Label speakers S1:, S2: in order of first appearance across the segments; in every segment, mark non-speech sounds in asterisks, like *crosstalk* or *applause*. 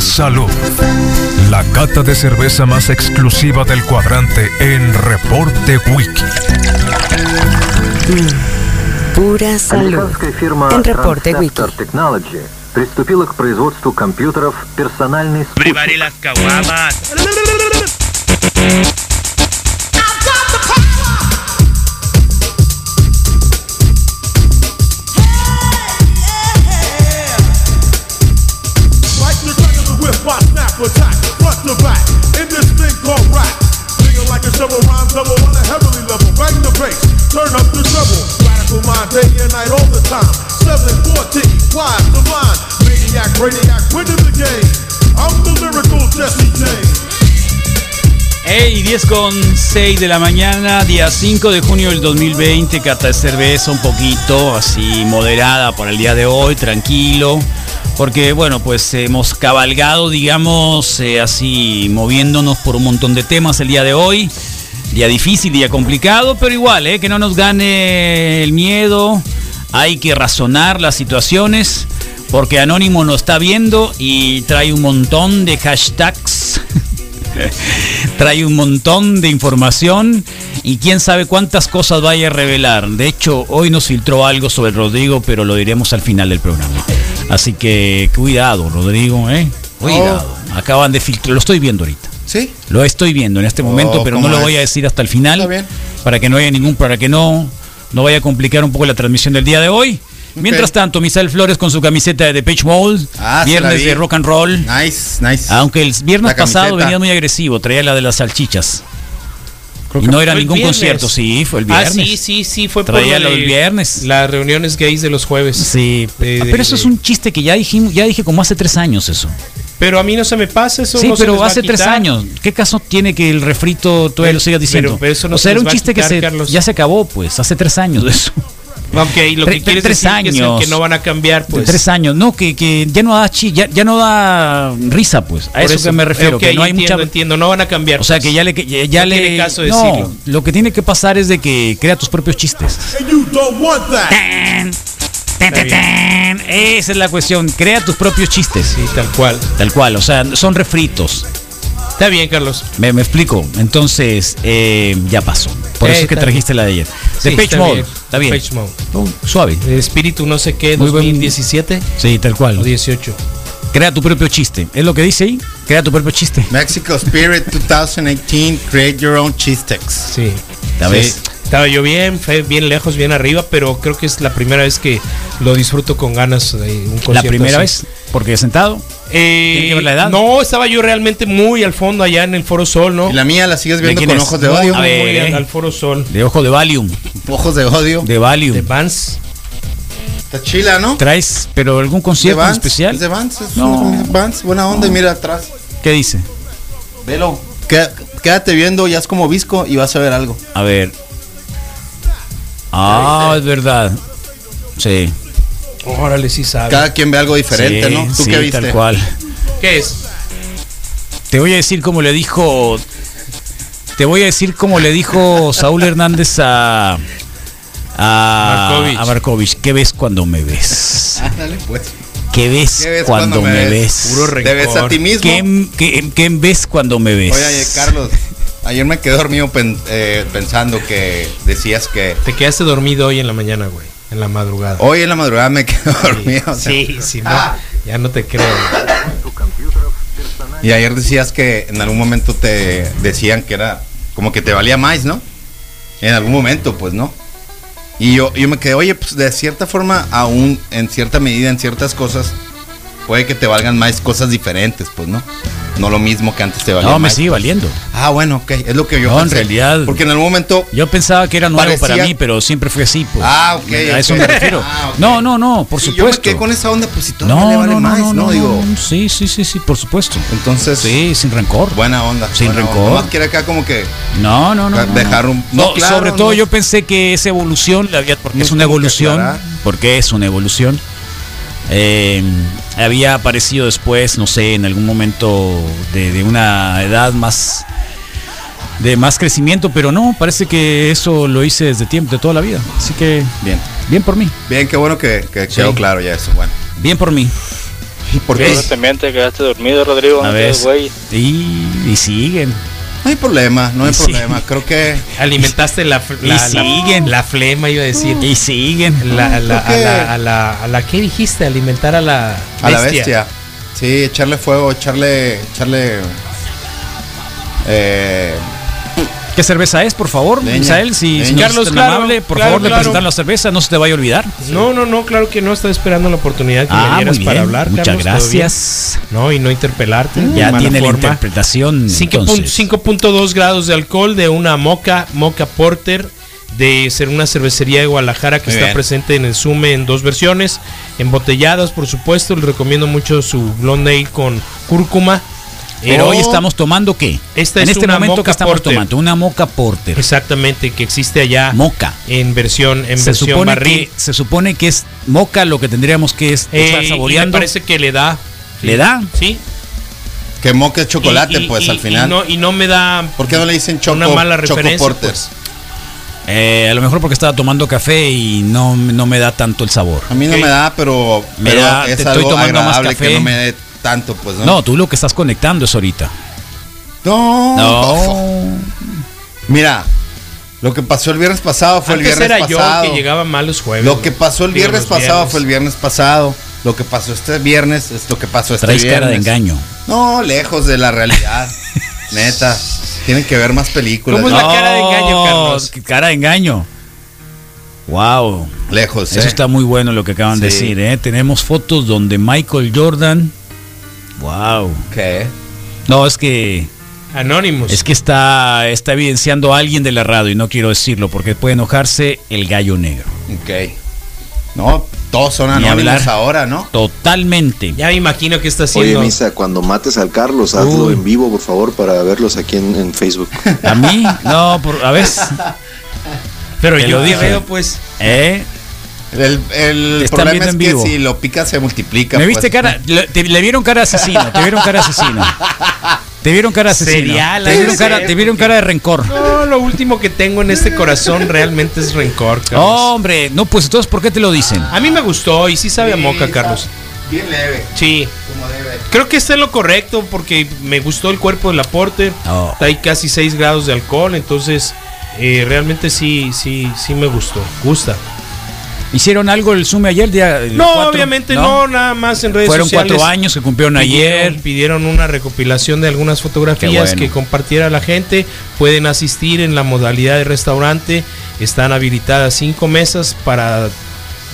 S1: Salud. La cata de cerveza más exclusiva del cuadrante en Reporte Wiki.
S2: Pura salud.
S3: Американская фирма
S2: En Reporte Wiki.
S3: Transceptor Technology приступила к производству компьютеров персональный спутник.
S4: Prepare las caguamas.
S5: Like the crack of the whip, I snap attack, front to back, in this thing called rap. Singing like a shovel, rhyme double on a heavenly level. Bang the bass, turn up the treble. Radical mind, day and night, all the time. 714, wide, divine. Maniac, radiac, winning the game. I'm the lyrical Jesse James.
S6: Hey, 10 con 6 de la mañana, día 5 de junio del 2020, cata de cerveza un poquito así moderada para el día de hoy, tranquilo, porque bueno, pues hemos cabalgado, digamos, eh, así moviéndonos por un montón de temas el día de hoy, día difícil, día complicado, pero igual, eh, que no nos gane el miedo, hay que razonar las situaciones, porque Anónimo nos está viendo y trae un montón de hashtags trae un montón de información y quién sabe cuántas cosas vaya a revelar. De hecho, hoy nos filtró algo sobre Rodrigo, pero lo diremos al final del programa. Así que cuidado, Rodrigo, ¿eh? Cuidado.
S7: Oh.
S6: Acaban de filtrar, lo estoy viendo ahorita.
S7: ¿Sí?
S6: Lo estoy viendo en este momento,
S7: Oh,
S6: pero no
S7: ¿cómo
S6: lo
S7: es?
S6: voy a decir hasta el final.
S7: Está bien.
S6: Para que no haya ningún, para que no, no vaya a complicar un poco la transmisión del día de hoy. Mientras tanto, Misael Flores con su camiseta de Depeche Mode,
S7: Ah, se la
S6: viernes
S7: vi.
S6: de rock and roll.
S7: Nice, nice.
S6: Aunque el viernes
S7: La camiseta.
S6: pasado venía muy agresivo, traía la de las salchichas.
S8: Creo
S6: Y
S8: que
S6: no era
S8: fue el
S6: ningún
S8: viernes.
S6: concierto, sí, fue el
S8: Ah,
S6: viernes.
S8: sí, sí, sí, fue
S6: Traía
S8: lo
S6: los
S8: de
S6: viernes.
S8: Las reuniones gays de los jueves.
S6: Sí, Ah,
S8: De- de-
S6: pero eso es
S8: de-
S6: un chiste que ya dijimos, ya dije como hace tres años eso.
S8: Pero a mí no se me pasa eso.
S6: sí,
S8: no se les
S6: pero
S8: va a
S6: hace tres
S8: quitar.
S6: años. ¿Qué caso tiene que el refrito todavía
S8: Pero-
S6: lo siga diciendo?
S8: pero eso no
S6: o sea,
S8: se
S6: era
S8: les
S6: un
S8: va a
S6: chiste que
S8: quitar,
S6: se-
S8: Carlos.
S6: ya se acabó, pues, hace tres años de eso.
S8: Ok, lo
S6: Tre-
S8: que quieres
S6: tres
S8: decir que, es el
S6: años.
S8: que no van a cambiar,
S6: De
S8: pues.
S6: tres años. No, que, que ya no da chi- ya, ya no da risa, pues. A
S8: Por eh,
S6: eso, que me refiero,
S8: Ok,
S6: que no hay
S8: entiendo,
S6: mucha
S8: entiendo, no van a cambiar.
S6: o sea que
S8: pues.
S6: ya le ya, ya
S8: No
S6: le
S8: tiene caso
S6: no,
S8: decirlo.
S6: lo que tiene que pasar es de que crea tus propios chistes.
S5: And you don't want that.
S6: Tan, tan, tan, tan. Esa es la cuestión. Crea tus propios chistes.
S8: Sí, tal cual.
S6: Tal cual, o sea, son refritos.
S8: Está bien, Carlos.
S6: Me, me explico. Entonces, eh, ya pasó. Por
S8: Eh,
S6: eso es que
S8: está
S6: trajiste la de ayer.
S8: Sí,
S6: De Page
S8: está
S6: Mode.
S8: bien.
S6: Está bien.
S8: Depeche Mode.
S6: Uh, suave.
S8: Eh, Espíritu no sé qué,
S6: Muy buen-
S8: 2017
S6: Sí, tal
S8: o
S6: cual.
S8: 18.
S6: Crea tu propio chiste. Es lo que dice ahí. Crea tu propio chiste.
S7: Mexico Spirit 2018, create your own chistex.
S8: Sí.
S6: ¿La
S7: Sí.
S6: ves?
S8: Estaba yo bien, fe- bien lejos, bien arriba, pero creo que es la primera vez que lo disfruto con ganas de un concierto.
S6: La primera
S8: así.
S6: vez, porque sentado.
S8: Eh,
S6: ¿Tiene que ver la edad?
S8: No, estaba yo realmente muy al fondo allá en el Foro Sol, ¿no?
S7: Y la mía la sigues
S6: ¿De
S7: viendo
S6: quién
S7: con
S6: es?
S7: ojos de
S6: No,
S7: odio.
S6: a ver.
S8: Muy
S6: eh.
S8: al, al Foro Sol.
S6: De ojo de Valium.
S7: Ojos de odio.
S6: De
S8: De
S6: Valium.
S8: Vans.
S7: Está chila, ¿no?
S6: ¿Traes, pero algún
S7: De
S6: concierto en
S7: Vans.
S6: especial?
S7: Es de Vans. Es
S6: No.
S7: una- Vans. Buena onda. Y mira atrás.
S6: ¿Qué dice?
S7: Velo. Queda- Quédate viendo, ya es como visco y vas a ver algo.
S6: A ver. Ah, es verdad. Sí.
S8: Órale, sí sabe.
S7: Cada quien ve algo diferente,
S6: sí,
S7: ¿no? ¿Tú
S6: sí,
S7: qué viste?
S6: tal cual.
S8: ¿Qué es?
S6: Te voy a decir como le dijo. Te voy a decir como le dijo Saúl Hernández a. A
S8: Markovich.
S6: a Markovich. ¿Qué ves cuando me ves?
S7: *laughs* Ándale, pues.
S6: ¿Qué ves,
S7: ¿Qué ves
S6: cuando, me ves?
S8: Puro re-
S7: Te ves a
S8: rencor.
S7: ti mismo.
S6: ¿Qué, qué, qué ves cuando me ves?
S7: Oye, Carlos, ayer me quedé dormido pen- eh, pensando que decías que
S8: Te quedaste dormido hoy en la mañana, güey. En la madrugada.
S7: hoy en la madrugada me quedé Oh, dormido. o sea,
S8: sí, sí, no.
S7: Ah.
S8: Ya no te
S7: *laughs*
S8: creo. güey.
S7: Y ayer decías que en algún momento te decían que era como que te valía más, ¿no? En algún momento, pues, ¿no? Y yo, yo me quedé, oye, pues de cierta forma, aún en cierta medida, en ciertas cosas, puede que te valgan más cosas diferentes, pues, ¿no? No lo mismo que antes te valía
S6: No, me
S7: más.
S6: sigue valiendo.
S7: Ah, bueno, ok, es lo que yo
S6: No, en
S7: pensé.
S6: realidad-
S7: Porque en algún momento
S6: Yo pensaba que era nuevo para
S7: Parecía-
S6: mí, pero siempre fue así. Pues.
S7: Ah, ok,
S6: A eso
S7: ok.
S6: me refiero.
S7: Ah, *laughs* ok.
S6: No, no, no, por
S7: Sí, Yo me
S6: supuesto.
S7: quedé con esa onda, pues si todavía
S6: No,
S7: le vale
S6: no, no,
S7: más,
S6: no,
S7: ¿no?
S6: no,
S7: Digo,
S6: no, sí, sí, sí, sí, por supuesto.
S7: entonces,
S6: Sí, sin rencor.
S7: buena onda.
S6: Sin
S7: buena onda.
S6: rencor.
S7: Nomás quiere acá como que
S6: No, no, no. no, no.
S7: dejar un-
S6: No,
S7: no, claro,
S6: sobre todo
S7: no.
S6: yo pensé que esa evolución, la había, porque
S7: No
S6: es una
S7: tengo que
S6: evolución,
S7: aclarar.
S6: porque es una evolución, eh, había aparecido después, no sé, en algún momento de, de una edad más de más crecimiento, pero no, parece que eso lo hice desde tiempo, de toda la vida. Así que
S7: Bien.
S6: bien por mí,
S7: Bien, qué bueno que, que quedó claro ya eso. Bueno,
S6: bien por mí.
S7: ¿Y por qué?
S4: Seguro También te quedaste dormido, Rodrigo.
S6: A
S4: no
S6: ver.
S4: seas güey.
S6: Y, y siguen.
S7: No hay problema, no hay
S6: Sí.
S7: problema. Creo que
S8: Alimentaste la, f- la,
S6: Y
S8: la-
S6: siguen.
S8: la flema, iba a decir.
S6: Y siguen.
S8: La, la- a,
S7: Creo que-
S8: la, a, la, a la- ¿qué dijiste? Alimentar a la bestia.
S7: a la bestia. Sí, echarle fuego, echarle. echarle. Eh,
S6: ¿Qué cerveza es, por favor,
S7: Leña.
S6: Misael? Si, si
S7: Leña.
S6: Carlos,
S8: Claro,
S6: amable, por
S8: claro,
S6: favor, de
S8: claro.
S6: presentar la cerveza, no se te vaya a olvidar.
S8: No, no, no, claro que no. Estaba esperando la oportunidad que me dieras para hablar.
S6: Ah, Muchas
S8: Carlos, ¿todo bien?
S6: gracias.
S8: No, y no interpelarte. de
S6: Ya
S8: mala
S6: tiene la
S8: forma.
S6: interpretación.
S8: Cinco pun-
S6: entonces.
S8: 5.2 grados de alcohol de una moca, moca porter, de ser una cervecería de Guadalajara que
S7: Muy
S8: está
S7: bien.
S8: presente en el Sume en dos versiones, embotelladas por supuesto, les recomiendo mucho su blonde ale con cúrcuma.
S6: Pero
S8: O-
S6: hoy estamos tomando qué?
S8: Esta
S6: en
S8: es
S6: este
S8: una
S6: momento
S8: moca
S6: que estamos
S8: porter.
S6: tomando una moca porter.
S8: Exactamente, que existe allá
S6: Moca.
S8: en versión, en
S6: Se
S8: versión
S6: supone,
S8: barril.
S6: que, se supone que es moca lo que tendríamos que es
S8: Eh,
S6: estar
S8: y
S6: saboreando.
S8: me parece que le da.
S6: ¿Le da?
S8: Sí.
S7: que moque chocolate,
S8: Y- y-
S7: pues,
S8: y-
S7: al final.
S8: Y no, y no me da
S7: ¿Por qué no le dicen choco,
S8: una mala
S7: choco
S8: referencia.
S7: porter?
S8: pues.
S6: Eh, a lo mejor porque estaba tomando café y no, no me da tanto el sabor.
S7: A mí no
S8: Ok.
S7: me da, pero,
S6: Me
S7: pero
S6: da, te
S7: es
S6: estoy
S7: algo
S6: tomando más
S7: agradable
S6: café.
S7: que no me dé tanto, pues, ¿no?
S6: No, tú lo que estás conectando es ahorita.
S7: No.
S6: No.
S7: Mira, lo que pasó el viernes pasado fue
S8: Antes
S7: el viernes
S8: era
S7: pasado.
S8: yo el que llegaba mal los jueves.
S7: Lo que pasó el
S8: Digo,
S7: viernes
S8: los
S7: pasado
S8: viernes.
S7: fue el viernes pasado. Lo que pasó este viernes es lo que pasó este
S6: Traes
S7: viernes.
S6: cara de engaño.
S7: No, lejos de la realidad. *laughs* Neta. Tienen que ver más películas.
S8: ¿Cómo es Pues la
S7: ¿no?
S8: cara de engaño, Carlos?
S6: qué Cara de engaño. Wow.
S7: Lejos,
S6: Eso
S7: eh.
S6: está muy bueno lo que acaban de
S7: Sí.
S6: decir. ¿eh? Tenemos fotos donde Michael Jordan. Wow.
S7: ¿Qué?
S6: No, es que
S8: Anonymous.
S6: es que está, está evidenciando a alguien de la radio y no quiero decirlo porque puede enojarse el gallo negro.
S7: Ok. No, todos son
S6: Ni
S7: anónimos
S6: hablar.
S7: ahora, ¿no?
S6: Totalmente.
S8: Ya me imagino que está
S9: Oye,
S8: haciendo.
S9: Misa, cuando mates al Carlos, hazlo
S8: Uy.
S9: en vivo, por favor, para verlos aquí en, en Facebook.
S6: A mí, no, por, a ver.
S8: pero
S6: te
S8: yo
S6: lo
S8: te
S6: dije.
S8: veo, pues.
S6: ¿eh?
S7: El, el
S6: Te están
S7: problema
S6: viendo
S7: es
S6: en
S7: que
S6: vivo.
S7: si lo picas se multiplica.
S6: ¿Me
S7: pues.
S6: viste cara? Le, te- le vieron cara de asesino, te vieron cara de asesino. Te vieron cara de asesino.
S8: Serial,
S6: te, vieron
S8: no sé,
S6: cara, te vieron cara de rencor.
S8: No, lo último que tengo en este corazón realmente es rencor, Carlos.
S6: Hombre, no, pues entonces, ¿por qué te lo dicen?
S8: A mí me gustó y sí sabe a moca, Carlos.
S7: Bien leve,
S8: Sí.
S7: como debe.
S8: Creo que está en lo correcto porque me gustó el cuerpo del aporte.
S6: Oh.
S8: Está ahí casi 6 grados de alcohol, entonces eh, realmente sí, sí, sí me gustó. Gusta.
S6: ¿Hicieron algo el Sume ayer? Día, el
S8: No,
S6: cuatro?
S8: obviamente no, nada más en redes
S6: Fueron
S8: sociales.
S6: cuatro años que cumplieron ayer.
S8: Pidieron, pidieron una recopilación de algunas
S6: Qué
S8: fotografías
S6: bueno.
S8: que compartiera la gente. Pueden asistir en la modalidad de restaurante. Están habilitadas cinco mesas para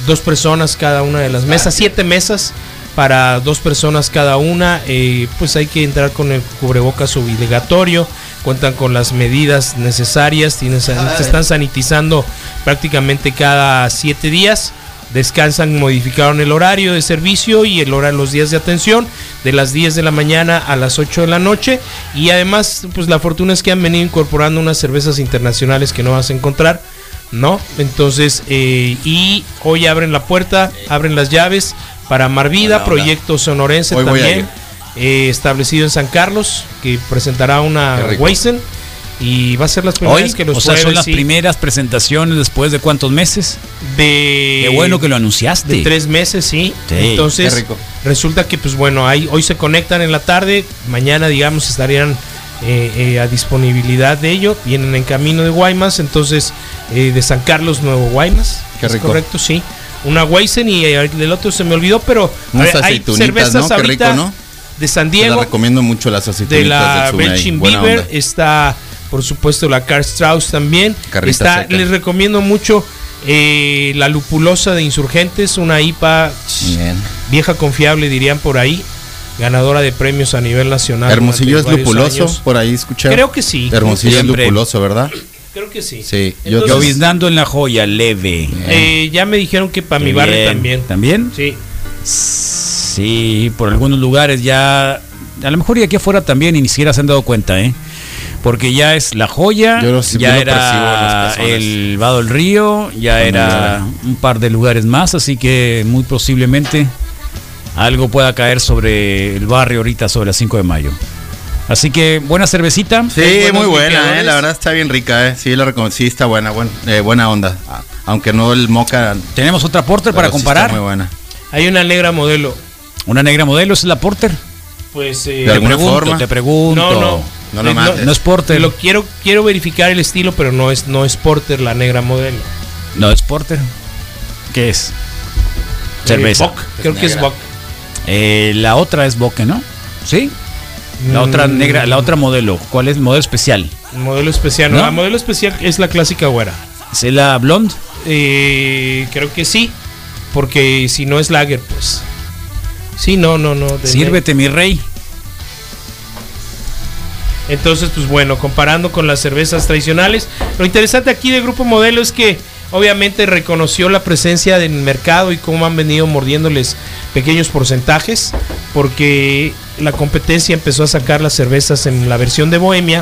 S8: dos personas cada una de las mesas, siete mesas para dos personas cada una. Eh, pues hay que entrar con el cubrebocas obligatorio. Cuentan con las medidas necesarias. Tienen, san- se están sanitizando prácticamente cada siete días. Descansan, modificaron el horario de servicio y el horario, los días de atención de las 10 de la mañana a las 8 de la noche. Y además, pues la fortuna es que han venido incorporando unas cervezas internacionales que no vas a encontrar, ¿no? Entonces, eh, y hoy abren la puerta, abren las llaves para Marvida,
S7: Buena onda.
S8: proyecto sonorense
S7: Hoy voy a
S8: también, eh, establecido en San Carlos, que presentará una
S7: Qué rico.
S8: Weizen. Y va a ser las primeras
S6: Hoy,
S8: que los
S6: o sea, son
S8: jueves,
S6: las
S8: sí,
S6: primeras presentaciones después de cuántos meses.
S8: de
S6: Qué bueno que lo anunciaste.
S8: Eh, de tres meses, sí.
S6: Sí,
S8: Entonces,
S7: qué rico.
S8: resulta que, pues bueno, ahí, hoy se conectan en la tarde, mañana, digamos, estarían eh, eh, a disponibilidad de ello. Vienen en camino de Guaymas, entonces, eh, de San Carlos, Nuevo Guaymas.
S7: Qué
S8: ¿Es
S7: rico.
S8: Correcto, sí. Una Weizen y eh, el otro se me olvidó, pero
S7: Unas
S8: hay- hay
S7: aceitunitas, ¿no? Qué
S8: ahorita
S7: rico, ¿no?
S8: de San
S7: Te la
S8: Diego,
S7: recomiendo mucho las aceitunitas
S8: de la
S7: del Sumey,
S8: Belching
S7: buena
S8: Beaver,
S7: onda.
S8: está por supuesto la Karl Strauss también.
S7: Carrita
S8: Está,
S7: seca.
S8: les recomiendo mucho eh, la Lupulosa de Insurgentes, una IPA ch,
S7: Bien.
S8: vieja confiable dirían por ahí, ganadora de premios a nivel nacional.
S7: Hermosillo es
S8: durante varios
S7: lupuloso,
S8: años.
S7: por ahí escuché.
S8: Creo que sí.
S7: Hermosillo
S6: Siempre.
S7: es lupuloso, ¿verdad?
S8: Creo que sí.
S7: Sí, yo-
S8: Entonces,
S6: Lloviznando en la joya, leve.
S8: eh, ya me dijeron que para mi
S6: Bien.
S8: barrio también.
S6: ¿También?
S8: Sí.
S6: Sí, por algunos lugares ya. A lo mejor y aquí afuera también y ni siquiera se han dado cuenta, ¿eh? Porque ya es La Joya,
S7: Yo lo- yo
S6: ya
S7: lo percibo en las
S6: era
S7: personas.
S6: el Vado del Río, ya
S7: También,
S6: era
S7: ¿verdad?
S6: un par de lugares más, así que muy posiblemente algo pueda caer sobre el barrio ahorita, sobre las 5 de mayo. Así que buena cervecita.
S7: Sí, muy buena, eh, la verdad está bien rica, eh. Sí, la recomiendo. Sí, está buena, buen- eh, buena onda. Ah, Aunque no el moca.
S6: Tenemos otra porter para
S7: pero sí
S6: comparar.
S7: está muy buena.
S8: Hay una negra modelo.
S6: ¿Una negra modelo es la porter?
S8: Pues eh,
S7: De
S6: te
S7: alguna
S6: pregunto,
S7: forma.
S6: te pregunto.
S8: No, no.
S7: No lo
S8: Eh,
S7: mates.
S6: No es porter.
S8: Lo quiero, quiero verificar el estilo, pero no es, no es porter la negra modelo.
S6: No es porter. ¿Qué es? Cerveza.
S8: Eh, Bock, creo que es
S7: negra.
S8: Bock.
S6: Eh, la otra es boque, ¿no? Sí. La otra
S8: Mm,
S6: negra, la otra modelo. ¿Cuál es modelo especial?
S8: Modelo especial. No,
S6: ¿No?
S8: la modelo especial es la clásica güera.
S6: ¿Es la blonde?
S8: Eh, creo que sí, porque si no es lager, pues. Sí, no, no, no. de-
S6: Sírvete, mi rey.
S8: Entonces, pues bueno, comparando con las cervezas tradicionales, lo interesante aquí de Grupo Modelo es que obviamente reconoció la presencia del mercado y cómo han venido mordiéndoles pequeños porcentajes, porque la competencia empezó a sacar las cervezas en la versión de Bohemia.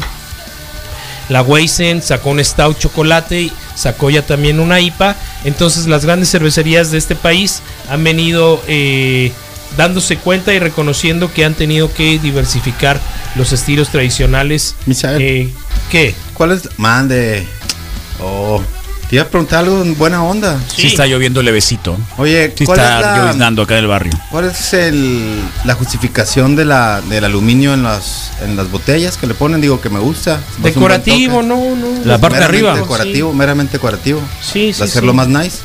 S8: La Weizen sacó un Stout chocolate, sacó ya también una IPA. Entonces las grandes cervecerías de este país han venido eh, dándose cuenta y reconociendo que han tenido que diversificar los estilos tradicionales.
S7: Misael.
S8: Eh, ¿Qué?
S7: ¿Cuál es? Mande. Oh, te iba a preguntar algo en buena onda.
S6: Sí. está lloviendo levecito.
S7: Oye,
S6: Sí
S7: ¿cuál
S6: está
S7: es, la,
S6: lloviznando acá en el barrio.
S7: cuál es el, la justificación de la, del aluminio en las, en las botellas que le ponen? Digo que me gusta. Es un buen
S8: Decorativo,
S7: toque.
S8: no, no.
S6: La parte de
S7: Meramente
S6: arriba.
S7: Decorativo, meramente decorativo.
S8: Sí, sí,
S7: De hacerlo
S8: sí.
S7: más nice.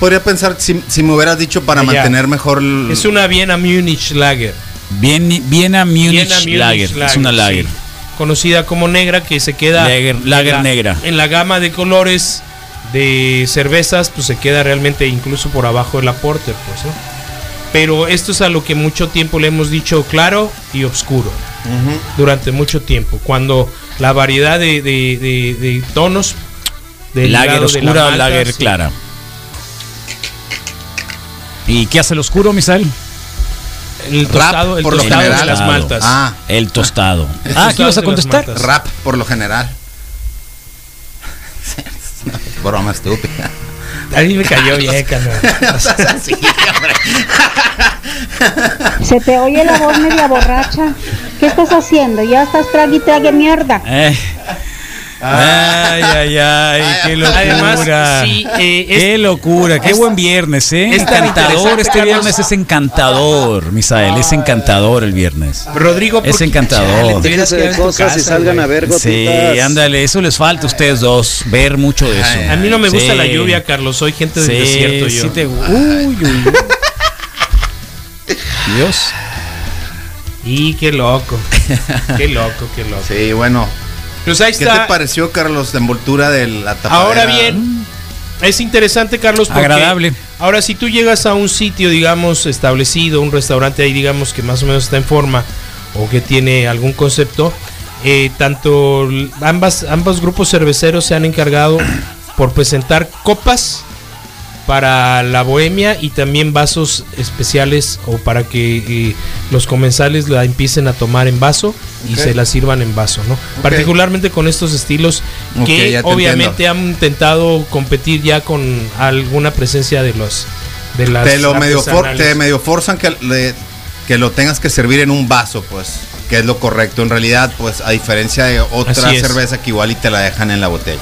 S7: Podría pensar si, si me hubieras dicho para
S8: Ya.
S7: mantener mejor el-
S8: Es una Viena Munich Lager.
S6: Bien, Viena Munich,
S8: Viena Munich
S6: Lager. Es una lager.
S8: sí. Conocida como negra que se queda
S6: Lager-
S8: en
S6: lager
S8: la-
S6: negra.
S8: en la gama de colores de cervezas, pues se queda realmente incluso por abajo de la Porter, pues, ¿no? Pero esto es a lo que mucho tiempo le hemos dicho claro y oscuro. Durante mucho tiempo. Cuando la variedad de, de- de- de tonos del
S6: lager
S8: grado de la
S6: oscura o
S8: malta,
S6: lager
S8: sí.
S6: clara. ¿Y qué hace el oscuro, Misael?
S8: El
S7: Rap,
S8: tostado, el
S7: por lo
S8: tostado de
S7: general.
S8: las maltas.
S7: Ah.
S6: El tostado.
S8: El
S6: ah,
S8: tostado
S6: ¿qué ibas a
S8: de las
S6: contestar?
S8: maltas.
S7: rap por lo general. *laughs* Broma
S6: *laughs*
S7: estúpida.
S8: A mí me cayó bien, carnal.
S10: Se te oye la voz media borracha. ¿Qué estás haciendo? Ya estás trague y trague mierda.
S6: Eh. Ay, ay, ay, qué locura.
S8: Ah. Además, sí, eh, es-
S6: qué locura, qué
S8: es-
S6: buen viernes, ¿eh?
S8: es tan
S6: encantador,
S8: interesante,
S6: este
S8: Carlos.
S6: viernes es encantador, Misael, es encantador el viernes.
S8: Rodrigo,
S6: Es
S8: ¿por qué?
S6: encantador.
S8: Chale, te hubieras
S11: Déjense
S8: quedado
S11: de
S8: en tu
S11: cosas y
S8: casa,
S11: salgan
S8: güey.
S11: a ver
S6: Sí,
S11: gotitas.
S6: ándale, eso les falta a ustedes dos, ver mucho de eso.
S7: Ay,
S8: A mí no me gusta
S6: Sí.
S8: la lluvia, Carlos. Soy gente del
S6: Sí,
S8: desierto yo.
S6: sí te gu- uy,
S8: *laughs*
S6: uy, uy. Dios.
S8: Y qué
S6: *laughs*
S8: loco. Qué loco, qué loco.
S7: Sí, bueno.
S8: Pues ahí
S7: ¿Qué te
S8: está.
S7: pareció, Carlos, la envoltura de la tapadera?
S8: Ahora bien, es interesante, Carlos, porque
S6: Agradable.
S8: ahora si tú llegas a un sitio, digamos, establecido, un restaurante ahí, digamos, que más o menos está en forma o que tiene algún concepto, eh, tanto l- ambas, ambos grupos cerveceros se han encargado por presentar copas para la bohemia y también vasos especiales o para que eh, los comensales la empiecen a tomar en vaso y
S7: Ok.
S8: se la sirvan en vaso, ¿no? Particularmente con estos estilos
S7: Ok,
S8: que
S7: ya te
S8: obviamente han intentado competir ya con alguna presencia de los de las
S7: Te lo medio, for-
S8: artesanales.
S7: te medio forzan que, le- que lo tengas que servir en un vaso, pues. Que es lo correcto. En realidad, pues, a diferencia de otra
S8: Así es.
S7: cerveza que igual y te la dejan en la botella.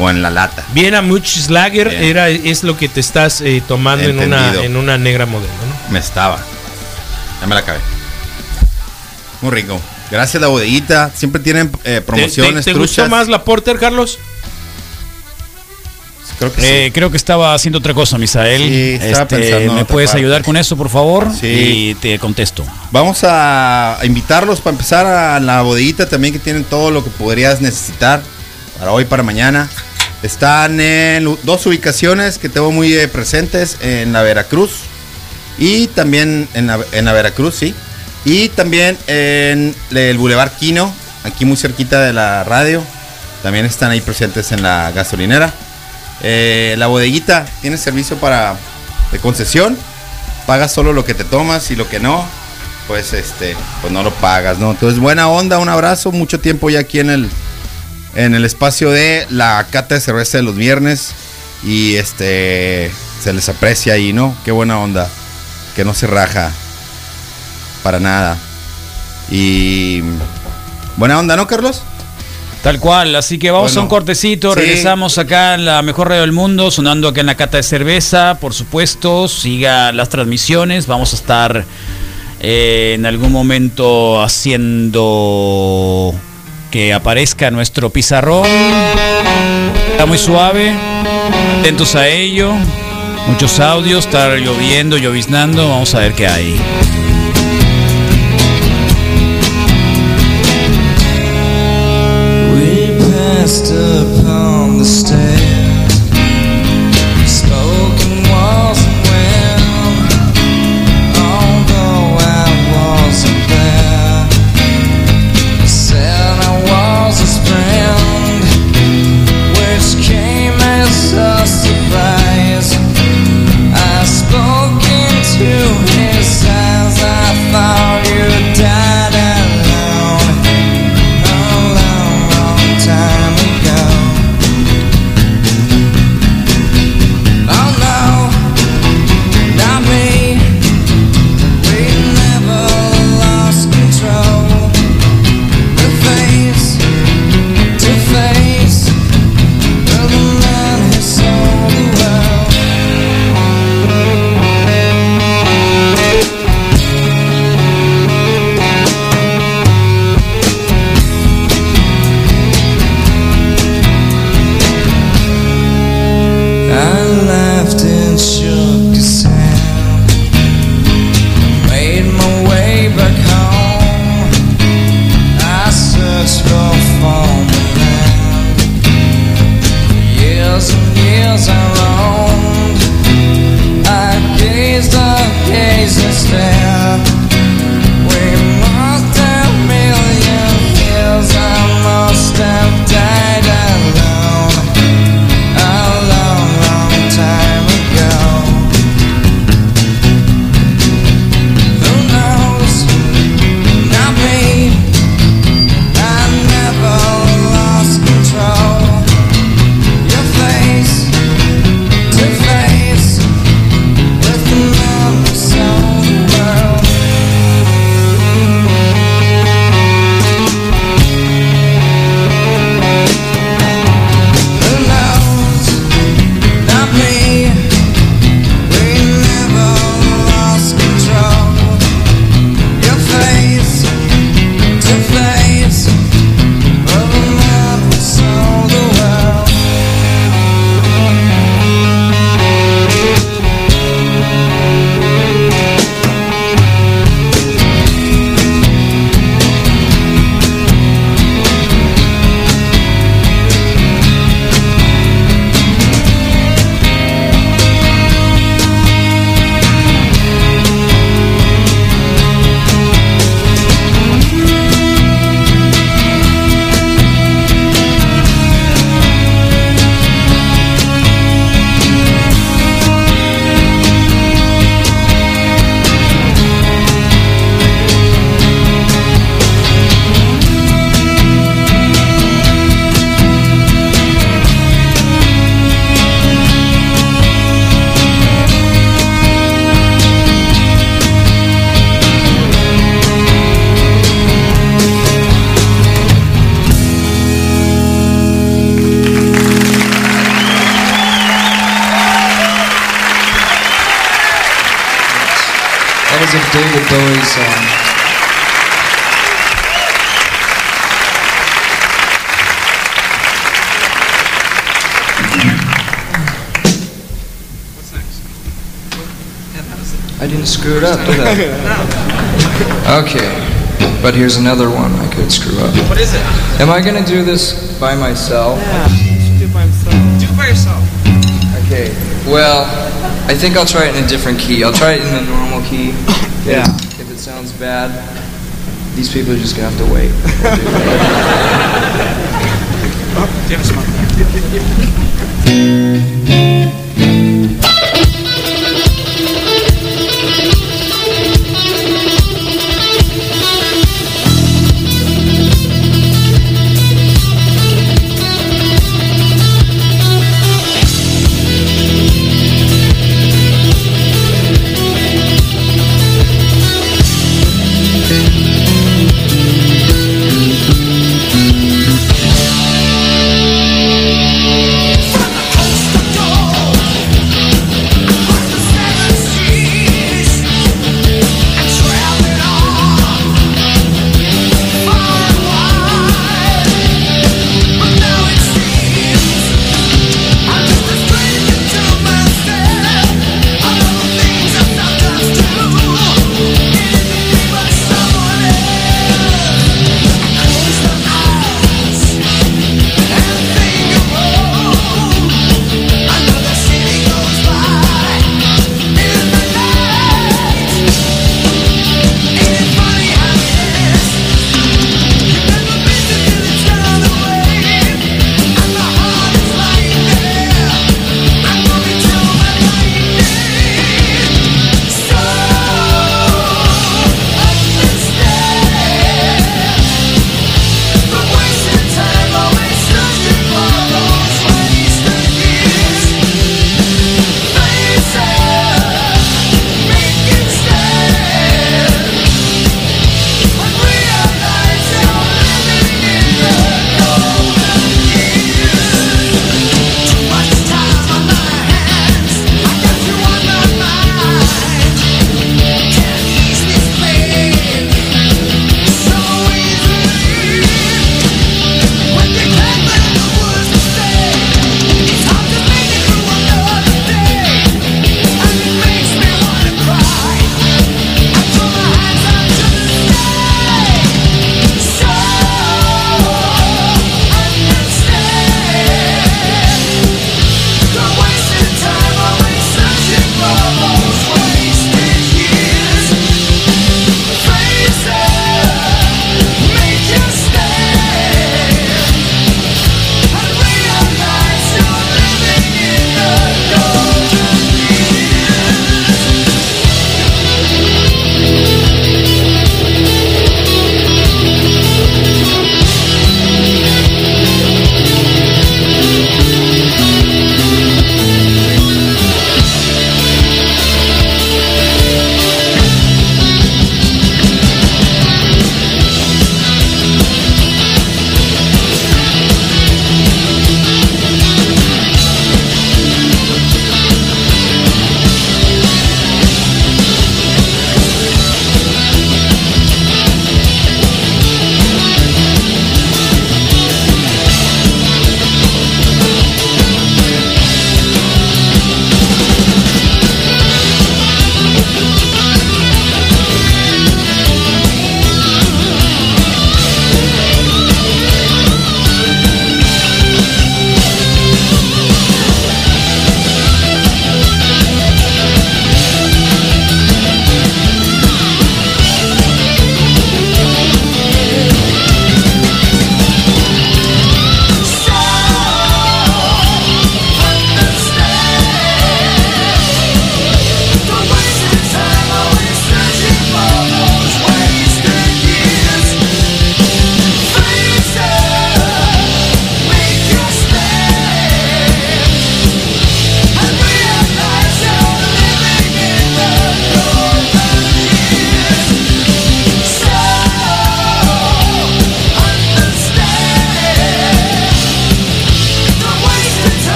S7: O en la lata.
S8: Viena Muchslager
S7: Bien.
S8: era es lo que te estás eh, tomando en una
S7: Entendido.
S8: en una negra modelo, ¿no?
S7: Me estaba. Ya me la acabé. Muy rico. Gracias, la bodeguita. Siempre tienen eh,
S8: ¿Te-
S7: promociones,
S8: ¿Te, te gustó
S7: truchas.
S8: más la Porter, Carlos?
S7: Creo que sí.
S6: Eh, creo que estaba haciendo otra cosa, Misael.
S7: Sí, estaba
S6: Este,
S7: pensando en
S6: ¿Me
S7: otra
S6: puedes
S7: parte.
S6: ayudar con eso, por favor?
S7: Sí.
S6: Y te contesto.
S7: Vamos a invitarlos para empezar a la bodeguita también que tienen todo lo que podrías necesitar para hoy, para mañana. Están en lu- dos ubicaciones que tengo muy eh, presentes, en la Veracruz y también en la, en la Veracruz, sí. Y también en el Boulevard Quino, aquí muy cerquita de la radio. También están ahí presentes en la gasolinera. Eh, la bodeguita tiene servicio para de concesión. Pagas solo lo que te tomas y lo que no, pues este, pues no lo pagas, ¿no? Entonces, buena onda, un abrazo, mucho tiempo ya aquí en el en el espacio de la cata de cerveza de los viernes y este se les aprecia ahí, ¿no? Qué buena onda, que no se raja para nada. Y buena onda, ¿no, Carlos?
S6: Tal cual, así que vamos
S7: Bueno.
S6: a un cortecito,
S7: Sí.
S6: regresamos acá en la mejor radio del mundo, sonando acá en la cata de cerveza, por supuesto, siga las transmisiones, vamos a estar eh, en algún momento haciendo que aparezca nuestro pizarrón, está muy suave, atentos a ello, muchos audios, está lloviendo, lloviznando, vamos a ver qué hay.
S11: We passed upon the stairs, spoken walls and went. Although I wasn't there, said I was his friend, which came as a surprise. I spoke into his eyes. I thought you died alone. I laughed and shook his hand. Made my way back home. I searched for former land. Years and years I roamed. I gazed, I gazed and stared. We must have million years. I must have died alone. A long, long time ago. Who knows? Not me. I never lost control. Your face to face with the man who sold the world. Who knows? Not me. We never lost control. Your face to face of the man who sold the world. That was a David Bowie song. I didn't screw it up, did I? Okay, but here's another one I could screw up. What is it? Am I gonna do this by myself? Okay, well, I think I'll try it in a different key. I'll try it in the normal key. Yeah. If it sounds bad, these people are just gonna have to wait.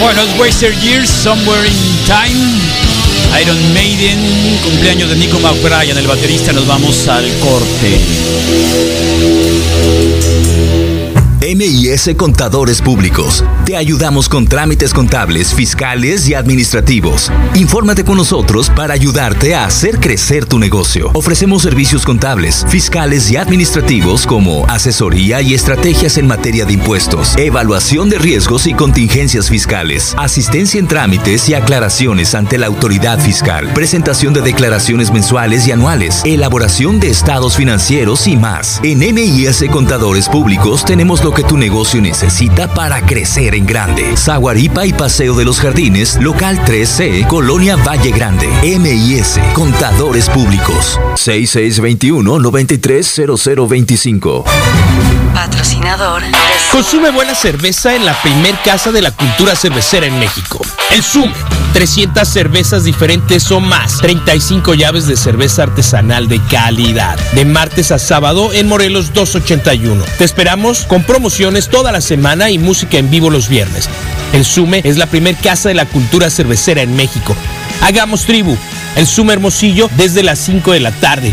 S6: Bueno, es Wasted Years, Somewhere in Time, Iron Maiden, cumpleaños de Nico McBrien, el baterista. Nos vamos al corte.
S12: MIS Contadores Públicos. Te ayudamos con trámites contables, fiscales y administrativos. Infórmate con nosotros para ayudarte a hacer crecer tu negocio. Ofrecemos servicios contables, fiscales y administrativos como asesoría y estrategias en materia de impuestos, evaluación de riesgos y contingencias fiscales, asistencia en trámites y aclaraciones ante la autoridad fiscal, presentación de declaraciones mensuales y anuales, elaboración de estados financieros y más. En MIS Contadores Públicos tenemos lo que tu negocio necesita para crecer en grande. Zaguaripa y Paseo de los Jardines, local 3C, Colonia Valle Grande. MIS, Contadores Públicos. 6621-930025.
S2: Patrocinador.
S8: Consume buena cerveza en la primer casa de la cultura cervecera en México. El Zoom. 300 cervezas diferentes o más. 35 llaves de cerveza artesanal de calidad. De martes a sábado en Morelos 281. Te esperamos con promociones toda la semana y música en vivo los viernes. El Sume es la primer casa de la cultura cervecera en México. Hagamos tribu. El Sume Hermosillo desde las 5 de la tarde.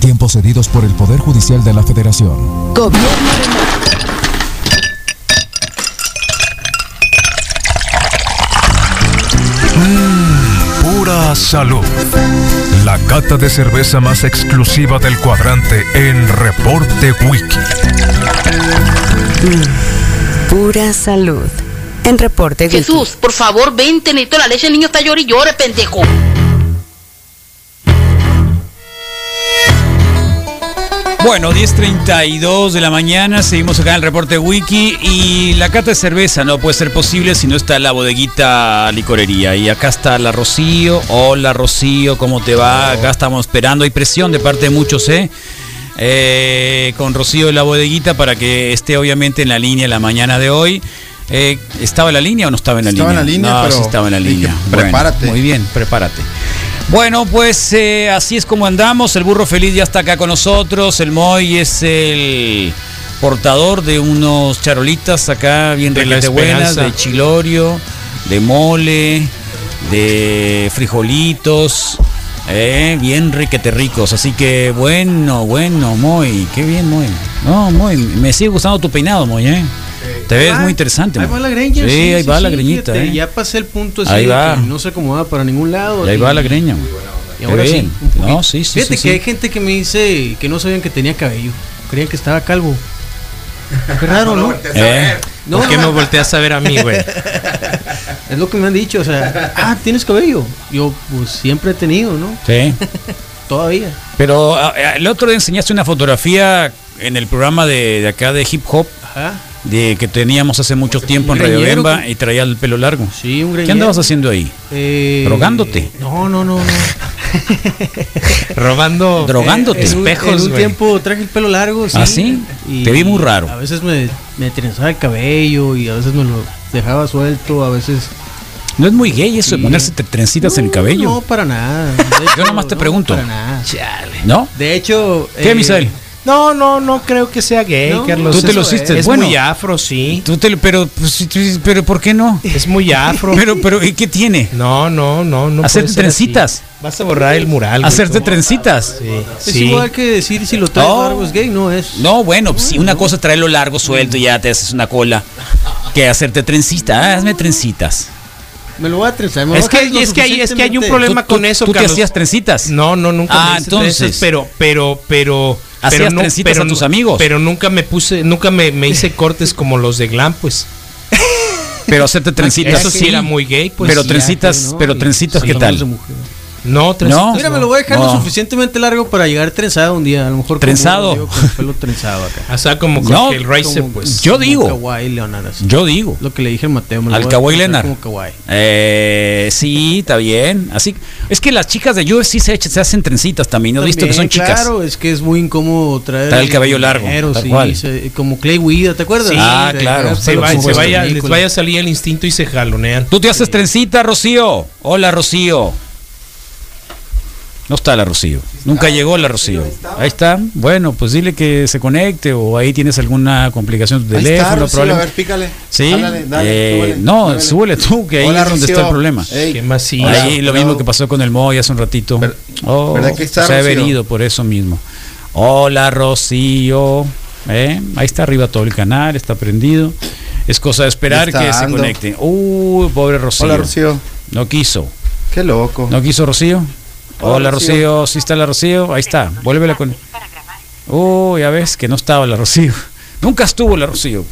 S13: Tiempos cedidos por el Poder Judicial de la Federación.
S14: Gobierno
S1: Mmm, pura salud. La cata de cerveza más exclusiva del cuadrante en Reporte Wiki.
S2: Mm, pura salud. En reporte. Wiki.
S15: Jesús, por favor, vente, necesito la leche, el niño está llorando y llore, pendejo.
S6: Bueno, 10.32 de la mañana, seguimos acá en el reporte Wiki y la cata de cerveza no puede ser posible si no está la bodeguita licorería. Y acá está la Rocío. Hola Rocío, ¿cómo te va? Acá estamos esperando. Hay presión de parte de muchos, ¿eh? Eh, con Rocío de la bodeguita para que esté obviamente en la línea en la mañana de hoy. Eh, ¿Estaba en la línea o no estaba en la
S7: Estaba en
S6: línea?
S7: la línea,
S6: No,
S7: pero
S6: sí estaba en la
S7: dije,
S6: línea. Bueno,
S7: prepárate.
S6: muy bien, prepárate. Bueno, pues eh, así es como andamos. El burro feliz ya está acá con nosotros. El Moy es el portador de unos charolitas acá bien
S8: De la
S6: requete buenas,
S8: esperanza.
S6: de chilorio, de mole, de frijolitos. eh, bien requete ricos, así que bueno, bueno, Moy, qué bien, Moy. No, Moy, me sigue gustando tu peinado, Moy, eh. Te ves
S16: Ah,
S6: muy interesante.
S16: Ahí
S6: Moy.
S16: va la greña.
S6: Sí, ahí va la greñita.
S16: fíjate,
S6: eh.
S16: Ya pasé el punto ese
S6: Ahí
S16: de
S6: va.
S16: que no se acomoda para ningún lado.
S6: Y ahí
S16: Y-
S6: va la greña. güey.
S16: Y ahora
S6: Qué
S16: sí,
S6: bien.
S16: un poquito.
S6: No, sí, sí. sí,
S16: Fíjate que
S6: sí.
S16: hay gente que me dice que no sabían que tenía cabello. Creían que estaba calvo.
S8: *laughs*
S16: Qué raro, ¿no?
S8: ¿Eh?
S16: No,
S8: ¿Por qué
S16: no.
S8: me volteas a ver a mí, güey?
S16: *laughs* Es lo que me han dicho, o sea, ah, tienes cabello. Yo, pues siempre he tenido, ¿no?
S6: Sí.
S16: Todavía.
S6: Pero a- a- el otro día enseñaste una fotografía en el programa de, de acá de hip hop
S16: Ajá.
S6: de que teníamos hace mucho tiempo en
S16: Un
S6: Radio
S16: greñero
S6: Bemba y traía el pelo largo.
S16: Sí, un
S6: ¿Qué
S16: greñero.
S6: andabas haciendo ahí?
S16: Eh,
S6: Drogándote.
S16: No,
S6: *laughs*
S16: no, no. no.
S8: Robando.
S6: Drogándote.
S16: eh, En un- En un
S6: güey.
S16: tiempo traje el pelo largo.
S6: ¿Ah, sí? Te vi muy raro.
S16: A veces me, me trenzaba el cabello y a veces me lo dejaba suelto, a veces...
S6: No es muy gay eso de ponerse te- trencitas en el cabello.
S16: No, para nada.
S6: *laughs* Yo nomás te pregunto.
S16: Para nada.
S6: ¿No?
S16: De hecho... eh,
S6: ¿Qué, Misael?
S8: No, no, no creo que sea gay,
S16: No,
S8: Carlos.
S6: Tú te lo
S8: Eso
S6: hiciste,
S8: Es
S6: bueno.
S8: muy afro,
S6: *laughs*
S8: sí.
S6: Tú te, lo- pero, pues, sí, tú dices, pero ¿por qué no?
S8: Es muy afro.
S6: Pero, pero, ¿y qué tiene?
S8: No, no, no, no.
S6: Hacerte
S8: puede ser así.
S6: trencitas.
S8: Vas a borrar el mural. güey,
S6: Hacerte
S8: ¿cómo?
S6: trencitas. Oh.
S8: Sí.
S16: Es
S8: sí.
S16: igual que decir si lo traes
S6: No.
S16: largo es gay, no es.
S6: No, bueno, pues, si una cosa es traerlo largo, suelto y ya te haces una cola. Que hacerte trencita. Ah, hazme trencitas.
S16: Me lo voy a trenzar. me lo
S8: Es
S16: voy a
S8: que,
S16: dejar lo
S8: es que ahí es que hay un
S16: suficientemente-
S8: problema
S6: Tú-
S8: con eso,
S6: ¿Tú te
S8: Carlos.
S6: hacías trencitas?
S8: No, no, nunca
S6: Ah,
S8: me hice de esas,
S6: entonces.
S8: pero, pero, pero.
S6: Hacías
S8: pero, nu-
S6: trencitas a
S8: nu-
S6: tus amigos.
S8: Pero nunca me puse, nunca me, me
S16: *laughs*
S8: hice cortes como los de Glam, pues.
S6: Pero hacerte trencitas.
S8: Eso sí era muy gay, pues.
S6: Pero
S8: Ya, pues,
S6: trencitas,
S8: ¿no?
S6: pero trencitas,
S8: Sí,
S6: ¿qué
S8: no,
S6: tal?
S8: es de mujer. No, trenzado.
S16: No, Mira, me lo voy a dejar lo suficientemente largo para llegar trenzado un día. A lo mejor. como
S6: Trenzado.
S16: digo, con el pelo trenzado acá.
S8: *laughs* O sea, como con el Racer,
S16: como-
S8: pues.
S6: Yo
S16: como
S6: digo.
S16: Kawhi Leonard, así.
S6: Yo digo.
S16: Lo que le dije al Mateo. me lo
S6: Al
S16: voy a
S6: Kawhi
S16: hacer
S6: Leonard.
S16: Como Kawhi.
S6: Eh, sí, está bien. Así es que las chicas de UFC se, ech- se hacen trencitas también. ¿No has visto que son
S16: También,
S6: chicas?
S16: Claro, es que es muy incómodo traer.
S6: Traer el cabello largo,
S16: dinero,
S6: tal
S16: sí,
S6: cual.
S16: se- como Clay Guida, ¿te acuerdas?
S6: Sí, Ah, claro.
S8: Se,
S6: Pero
S8: va- se
S6: por supuesto.
S8: vaya, les
S6: Ridículo.
S8: vaya a salir el instinto y se jalonean.
S6: Tú te haces trencita, Rocío. Hola, Rocío. No está la Rocío. Nunca llegó la Rocío. Ahí está. Bueno, pues dile que se conecte o ahí tienes alguna complicación de
S7: Ahí está,
S6: teléfono,
S7: Rocío,
S6: problema.
S7: a ver, pícale.
S6: Sí.
S7: Jálale, dale,
S6: Eh,
S7: súbele,
S6: no,
S7: súbele.
S6: súbele tú, que ahí
S7: Hola,
S6: es donde
S7: Rocío. Eh,
S6: está el problema.
S7: Ey. Qué
S8: macizo.
S6: Ahí lo
S7: Hola.
S6: mismo que pasó con el Moy hace un ratito. Oh,
S7: ¿verdad que está,
S6: se ha
S7: Rocío?
S6: venido por eso mismo. Hola, Rocío. Eh, Ahí está arriba todo el canal, está prendido. Es cosa de esperar
S7: Está
S6: que se
S7: dando.
S6: conecte. Uy, pobre Rocío.
S7: Hola, Rocío.
S6: No quiso.
S7: oh, Qué loco.
S6: ¿No quiso Rocío?
S7: Hola,
S6: Hola,
S7: Rocío.
S6: Rocío. Sí está la Rocío. Ahí está. Vuélvela con. Oh, ya ves que no estaba la Rocío. *laughs* Nunca estuvo la Rocío.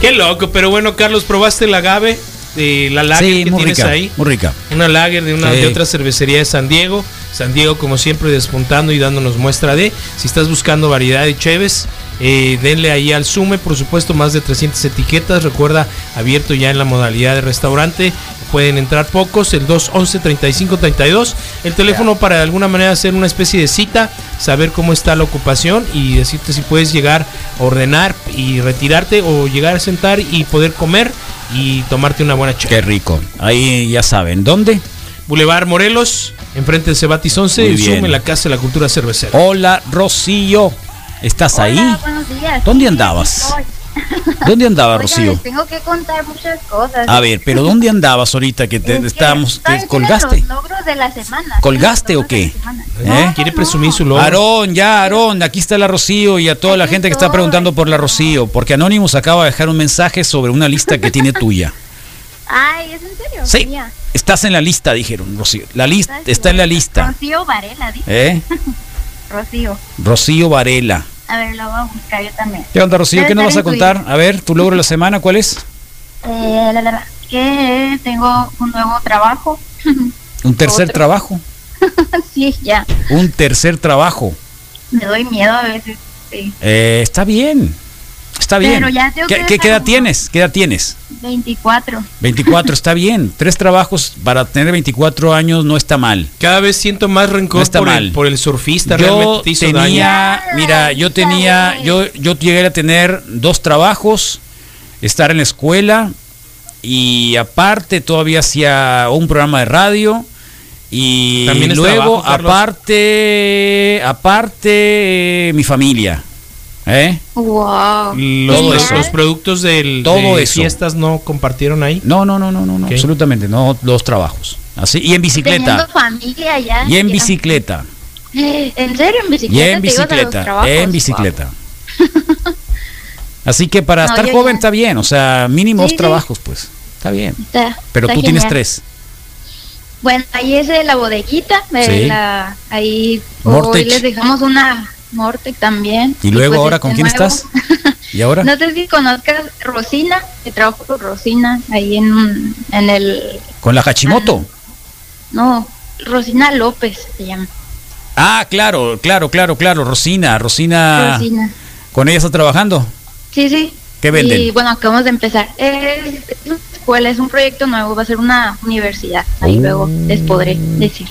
S8: Qué loco, pero bueno, Carlos, ¿probaste la agave? Eh, la lager
S6: Sí,
S8: que
S6: muy
S8: tienes
S6: rica.
S8: ahí.
S6: Muy rica.
S8: Una lager de una
S6: Sí.
S8: de otra cervecería de San Diego. San Diego, como siempre, despuntando y dándonos muestra de. Si estás buscando variedad de cheves, eh, denle ahí al Sume, por supuesto, más de 300 etiquetas. Recuerda, abierto ya en la modalidad de restaurante. Pueden entrar pocos, el 211-3532. El teléfono para de alguna manera hacer una especie de cita, saber cómo está la ocupación y decirte si puedes llegar a ordenar y retirarte o llegar a sentar y poder comer y tomarte una buena cheve.
S6: Qué rico. Ahí ya saben. ¿Dónde?
S8: Boulevard Morelos, enfrente de Cebatis 11,
S6: Muy
S8: el Zoom
S6: bien. Oh,
S8: en la Casa de la Cultura Cervecera.
S6: Hola, Rocío. ¿Estás ahí?
S17: buenos días.
S6: ¿Dónde andabas?
S17: Oye,
S6: ¿Dónde andabas,
S17: les
S6: Rocío?
S17: tengo que contar muchas cosas.
S6: A ver, pero ¿dónde andabas ahorita que te estábamos?
S17: ¿Saben
S6: ¿Te
S17: cuáles son
S6: colgaste?
S17: Los logros de la semana.
S6: ¿Colgaste o qué? ¿Eh?
S8: Quiere presumir su logro.
S6: Aarón, ya Aarón, aquí está la Rocío y a toda la gente que está preguntando por la Rocío, porque Anonymous acaba de dejar un mensaje sobre una lista que tiene tuya.
S17: *laughs* Ay, ¿es en serio?
S6: Sí.
S17: Mía.
S6: Estás en la lista, dijeron, Rocío. La lista, está en la lista.
S17: Rocío Varela, dice. *laughs*
S6: ¿Eh?
S17: Rocío.
S6: Rocío Varela.
S17: A ver, lo voy a buscar yo también.
S6: ¿Qué onda, Rocío?
S17: Debe
S6: ¿Qué nos vas a
S17: estar en Twitter.
S6: contar? A ver, tu logro de la semana, ¿cuál es?
S17: Eh, la, la, la, que tengo un nuevo trabajo. *laughs*
S6: Un tercer
S17: Otro.
S6: trabajo.
S17: sí, ya.
S6: Un tercer trabajo.
S17: Me doy miedo a veces. este, Sí.
S6: Eh, está bien. Está bien.
S17: Pero ya tengo
S6: ¿Qué,
S17: que
S6: qué- qué edad
S17: desayunar.
S6: tienes? ¿Qué edad tienes?
S17: 24.
S6: 24, está bien. Tres trabajos para tener 24 años no está mal.
S8: Cada vez siento más rencor
S6: No está
S8: por,
S6: mal.
S8: El, por el surfista,
S6: Yo
S8: realmente te hizo daño.
S6: tenía, mira, yo tenía, yo, yo llegué a tener dos trabajos, estar en la escuela y aparte todavía hacía un programa de radio y
S8: También es
S6: luego
S8: trabajo, Carlos.
S6: aparte, aparte eh, mi familia, ¿eh?
S17: Wow.
S8: Los,
S6: Todo
S8: los-
S6: eso.
S8: los productos del,
S6: Todo
S8: de
S6: eso.
S8: fiestas no compartieron ahí.
S6: No, no, no, no, no, no, absolutamente no, dos trabajos, así y en bicicleta
S17: Teniendo familia ya.
S6: y en
S17: ya.
S6: bicicleta
S17: *gasps* ¿En serio? ¿En
S6: y
S17: bicicleta?
S6: en
S17: te ibas a los
S6: bicicleta,
S17: trabajos?
S6: en
S17: *laughs*
S6: bicicleta. Así que para
S17: No,
S6: estar
S17: yo
S6: joven
S17: ya-
S6: está bien, o sea, mínimo
S17: Sí,
S6: dos
S17: sí.
S6: trabajos, pues, está bien.
S17: Wow, está-
S6: Pero
S17: está
S6: tú tienes
S17: genial.
S6: tres.
S17: Bueno, ahí es de la bodeguita. de
S6: Sí.
S17: la- ahí
S6: Mortec.
S17: hoy les dejamos una Mortec también.
S6: Y luego
S17: pues,
S6: ahora,
S17: este
S6: ¿con quién
S17: nuevo.
S6: estás? ¿Y ahora?
S17: *laughs* No sé si conozcas Rosina, que trabajo con Rosina ahí en, en el...
S6: Con la Hachimoto.
S17: No, Rosina López se llama.
S6: Ah, claro, claro, claro, claro. Rosina, Rosina.
S17: Rosina.
S6: ¿Con ella está trabajando?
S17: Sí, sí.
S6: ¿Qué venden?
S17: Y bueno, acabamos de empezar. Es, es una escuela, es un proyecto nuevo, va a ser una universidad. Ahí luego les podré decir.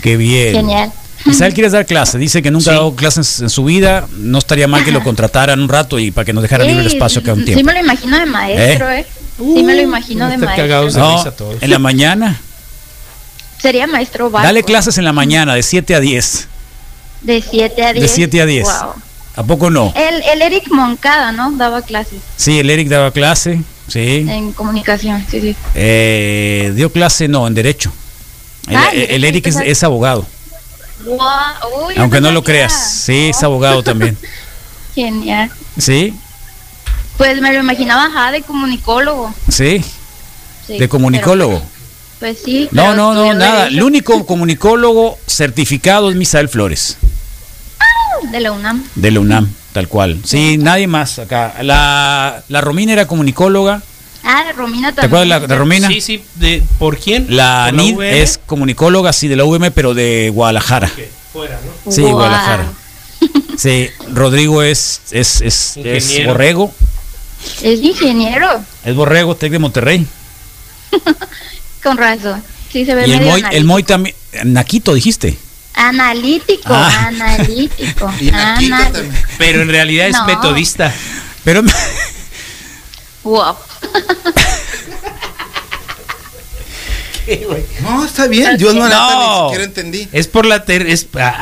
S6: Qué Oh. bien.
S17: Genial.
S6: Isabel, ¿quieres dar clase? Dice que nunca ha dado clases en su vida. No estaría mal que lo contrataran un rato y para que nos dejara libre el
S17: Sí,
S6: espacio acá un
S17: Eh, Sí
S6: tiempo.
S17: me lo imagino de maestro, ¿eh? Sí me lo imagino de maestro.
S6: No,
S8: risa todos.
S6: en la mañana.
S17: Sería maestro barco.
S6: Dale clases en la mañana, de 7 a 10.
S17: De 7 a 10.
S6: De 7 a 10.
S17: Wow.
S6: ¿A poco no?
S17: El, el Eric Moncada, ¿no? Daba clases
S6: Sí, el Eric daba clase. Sí.
S17: en comunicación, sí, sí.
S6: Eh, dio clase, no, en derecho. El,
S17: Ah, en
S6: el- el
S17: derecho,
S6: Eric es,
S17: pensaba-
S6: es abogado,
S17: Wow, uy, yo
S6: aunque no lo
S17: sabía. Oh.
S6: creas. Sí, es abogado
S17: *laughs*
S6: también.
S17: Genial.
S6: Sí,
S17: Pues me lo imaginaba, ajá, de comunicólogo.
S6: sí,
S17: Sí, pues
S6: de comunicólogo.
S17: pero- pues sí.
S6: No,
S17: pero
S6: no, no,
S17: estudió
S6: nada. El
S17: Derecho
S6: único comunicólogo certificado es Misael Flores,
S17: De la UNAM.
S6: de la UNAM, tal cual. Sí, nadie más acá. La, la Romina era comunicóloga,
S17: Ah, de Romina también.
S6: ¿Te acuerdas de, la, de Romina?
S8: Sí, sí. De, ¿Por quién?
S6: La
S8: ¿Por
S6: NID
S8: UVM?
S6: es comunicóloga, sí, de la UVM, pero de Guadalajara.
S8: Fuera, ¿no? *laughs*
S6: Sí,
S8: Guau.
S6: Guadalajara. Sí, Rodrigo es, es, es, es
S8: Ingeniero.
S6: borrego.
S17: Es ingeniero,
S6: Es borrego, Tec de Monterrey.
S17: con razón. Sí, se ve
S6: Y el
S17: medio
S6: Moy, el Moy también. Naquito, dijiste.
S17: analítico.
S6: Ah.
S18: *laughs*
S17: Analítico, analítico.
S8: Pero en realidad es
S17: No.
S8: metodista.
S6: Pero
S17: Wow.
S7: No, está bien. Yo no, la neta, ni
S8: No.
S7: siquiera entendí.
S8: es por la ter es ah,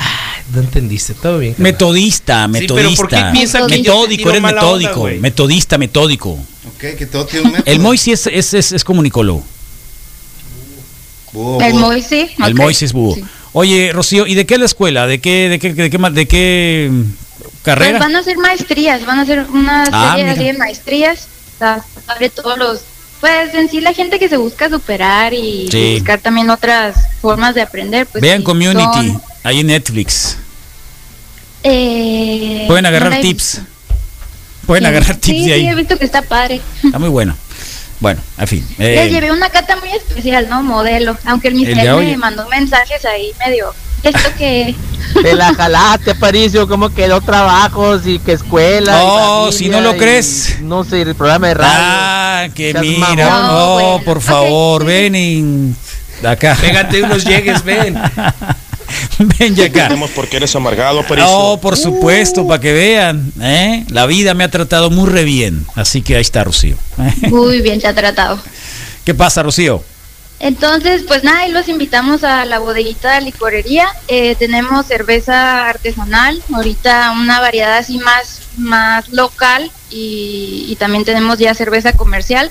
S8: no entendiste, todo bien. carnal.
S6: *laughs* Metodista,
S8: Sí, pero ¿por qué
S6: metodista.
S8: piensa que yo te
S6: metódico,
S8: tiro
S6: eres
S8: mala onda,
S6: metódico.
S8: güey?
S6: metodista, metódico.
S7: Ok, que todo tiene un método.
S6: El Moy sí es, es, es, es comunicólogo.
S17: El Moy sí.
S6: El
S17: ok.
S6: Moy sí es búho. Oye, Rocío, ¿y de qué es la escuela? ¿De qué, de qué, de qué, ma- de qué mm,
S17: Pues
S6: carrera?
S17: van a hacer maestrías, van a hacer una
S6: Ah,
S17: serie
S6: mira.
S17: así de maestrías. la- Sobre todos los. Pues en sí, la gente que se busca superar y
S6: Sí.
S17: buscar también otras formas de aprender. Pues,
S6: Vean
S17: sí,
S6: Community,
S17: son,
S6: ahí en Netflix.
S17: eh,
S6: Pueden
S17: no
S6: agarrar
S17: la he
S6: tips.
S17: visto.
S6: Pueden
S17: Sí,
S6: agarrar tips
S17: sí,
S6: de
S17: Sí, he
S6: ahí.
S17: visto que está padre.
S6: Está muy bueno. Bueno, en fin.
S17: Les
S6: eh,
S17: llevé una cata muy especial, ¿no? Modelo. Aunque el
S6: de
S17: misterio
S6: hoy.
S17: me mandó mensajes ahí medio. Esto
S6: *laughs*
S17: que.
S19: Te la jalaste, Paricio, cómo quedó trabajos y que escuela.
S6: Oh, si no lo crees.
S19: No sé, el programa de radio.
S6: ah, que
S19: Seas
S6: mira.
S19: mamón.
S6: No,
S19: No,
S6: por favor, ven y- acá.
S8: Pégate unos llegues, ven.
S6: *laughs* ven ya acá.
S20: Sabemos por qué eres amargado, Paricio.
S7: pues,
S6: Oh,
S17: Uh.
S6: por supuesto, para que vean. ¿eh? La vida me ha tratado muy re bien. Así que ahí está,
S17: *laughs*
S6: Rocío.
S17: Muy bien, se ha tratado.
S6: ¿Qué pasa, Rocío?
S17: Entonces, pues nada, y los invitamos a la bodeguita de licorería. Eh, tenemos cerveza artesanal, ahorita una variedad así más, más local y, y también tenemos ya cerveza comercial.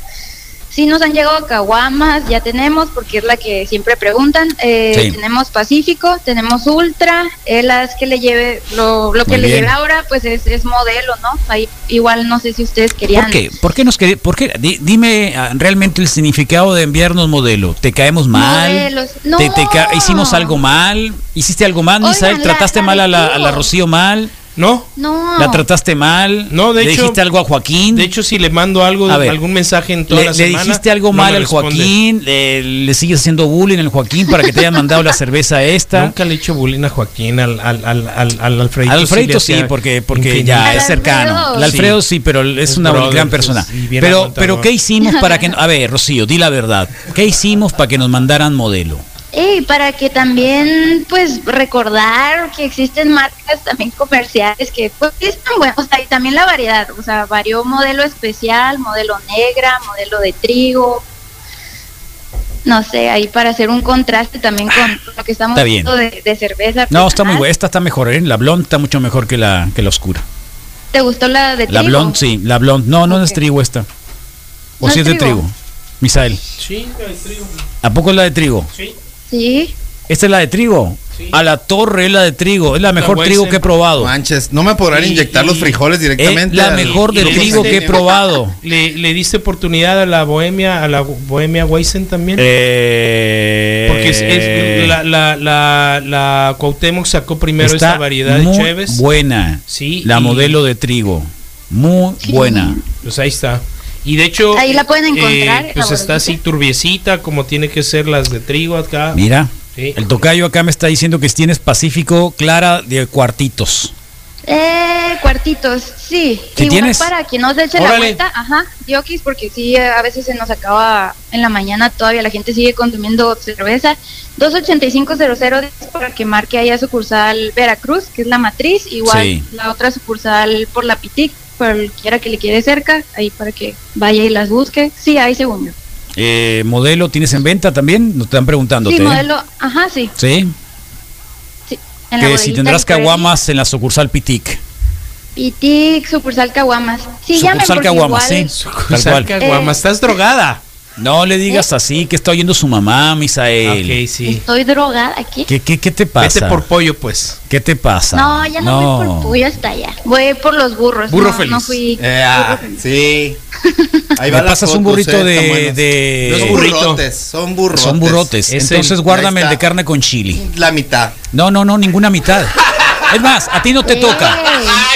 S17: Sí, nos han llegado caguamas, ya tenemos, porque es la que siempre preguntan. Eh,
S18: Sí.
S17: Tenemos Pacífico, tenemos Ultra, eh, las que le lleve, lo, lo que
S6: Muy
S17: le
S6: bien.
S17: lleve ahora, pues es, es modelo, ¿no? Ahí igual no sé si ustedes querían.
S6: ¿Por qué? ¿Por qué nos quería- por qué? Di- dime ah, realmente el significado de enviarnos modelo. ¿Te caemos mal?
S17: Modelos. No.
S6: ¿Te- te ca- ¿Hicimos algo mal? ¿Hiciste algo mal, Misael?
S17: la-
S6: ¿Trataste
S17: la
S6: mal a la, a la Rocío mal?
S8: No.
S17: No.
S6: ¿La trataste mal?
S8: No, de
S6: ¿Le
S8: hecho-
S6: dijiste algo a Joaquín?
S8: De hecho, si le mando algo,
S6: A ver.
S8: algún mensaje en toda
S6: ¿Le,
S8: la
S6: le
S8: semana.
S6: dijiste algo
S8: no
S6: mal
S8: me
S6: al
S8: responde.
S6: Joaquín? ¿Le, le sigues haciendo bullying al Joaquín para que te hayan mandado la cerveza esta?
S8: Nunca le he hecho bullying a Joaquín, al, al, al, al, al Alfredo.
S6: Al Alfredo sí, porque, porque ya es cercano. El Alfredo sí, pero es,
S8: Es
S6: una
S8: brother,
S6: gran
S8: pues,
S6: persona.
S8: y bien
S6: pero,
S8: aguantador.
S6: pero ¿qué hicimos para que... no- A ver, Rocío, di la verdad. ¿Qué hicimos para que nos mandaran modelo?
S17: Y para que también, pues, recordar que existen marcas también comerciales que, pues, sí están buenas. O sea, y también la variedad. O sea, varió modelo especial, modelo negra, modelo de trigo. No sé, ahí para hacer un contraste también con lo que estamos
S6: Ah, Está bien.
S17: hablando de, de cerveza.
S6: No, está muy
S17: artesanal.
S6: buena. Esta está mejor, ¿eh? La blonde está mucho mejor que la, que la oscura.
S17: ¿Te gustó la de
S6: La
S17: trigo?
S6: blonde, sí. La blonde. No, no es de trigo esta. O
S17: ¿No
S6: si
S17: es
S6: es de
S17: trigo?
S6: trigo. Misael,
S8: Sí, trigo.
S6: ¿a poco es la de trigo?
S17: Sí.
S6: ¿Esta es la de trigo? A la torre es la de trigo. Es la mejor trigo que he probado.
S7: Manches, no me podrán
S6: Y-
S7: inyectar
S6: y-
S7: los frijoles directamente.
S6: Es la
S7: al-
S6: mejor de
S7: al-
S6: trigo que he probado.
S8: ¿Le, le diste oportunidad a la Bohemia, a la Bohemia Weizen
S19: Eh,
S8: también?
S6: Eh,
S8: Porque es, es- la, la, la, la Cuauhtémoc sacó primero
S6: Está
S8: esta variedad de
S6: muy
S8: Cheves.
S6: buena.
S8: Sí,
S6: La
S8: y-
S6: modelo de trigo. Muy buena.
S8: Pues ahí está. Y de hecho,
S17: Ahí la pueden encontrar,
S8: pues
S17: la
S8: está así turbiecita, como tiene que ser las de trigo acá.
S6: Mira.
S8: Sí.
S6: El tocayo acá me está diciendo que tienes Pacífico Clara de cuartitos.
S17: Eh, cuartitos, sí.
S6: ¿Sí
S17: Igual
S6: tienes?
S17: para que nos eche la
S6: Órale.
S17: vuelta, ajá, diokis, porque sí, eh, a veces se nos acaba en la mañana todavía, la gente sigue consumiendo cerveza. 285-00 para que marque allá sucursal Veracruz, que es la matriz, igual
S6: Sí.
S17: la otra sucursal por la Pitic, cualquiera que le quede cerca, ahí para que vaya y las busque. Sí, ahí según yo.
S6: Eh, modelo, ¿tienes en venta también? Nos están preguntándote.
S17: Sí,
S6: ¿eh?
S17: modelo, ajá, sí.
S6: Sí.
S17: En la
S6: Que si
S17: bodeguita
S6: tendrás
S17: Licorería.
S6: caguamas en la sucursal Pitic.
S17: Pitic, sucursal Caguamas. Sí, llamen
S6: Sucursal
S17: porque
S6: Caguamas, ¿eh?
S17: igual-
S6: sí. Tal cual.
S17: Caguamas,
S8: Pues estás drogada.
S6: No le digas así, que está oyendo su mamá, Misael.
S8: Ok, sí.
S17: Estoy drogada aquí.
S6: ¿Qué, qué, qué te pasa?
S8: Vete por pollo, pues.
S6: ¿Qué te pasa?
S17: No, ya no, voy por pollo hasta allá. Voy por los burros.
S6: Burro
S17: no,
S6: feliz.
S17: no fui.
S7: Eh, ah, sí. Ahí
S6: Me
S7: va las
S6: pasas un
S7: fotos,
S6: burrito
S7: eh,
S6: de-
S7: están buenas.
S6: de-
S7: No es
S6: Son
S7: burrito.
S6: burrotes,
S7: Son burrotes.
S6: Son burrotes.
S7: Es
S6: Entonces
S7: el-
S6: guárdame
S7: ahí
S6: el de
S7: está.
S6: carne con chili.
S7: La mitad.
S6: No, no, no, ninguna mitad. Es más, a ti no te toca.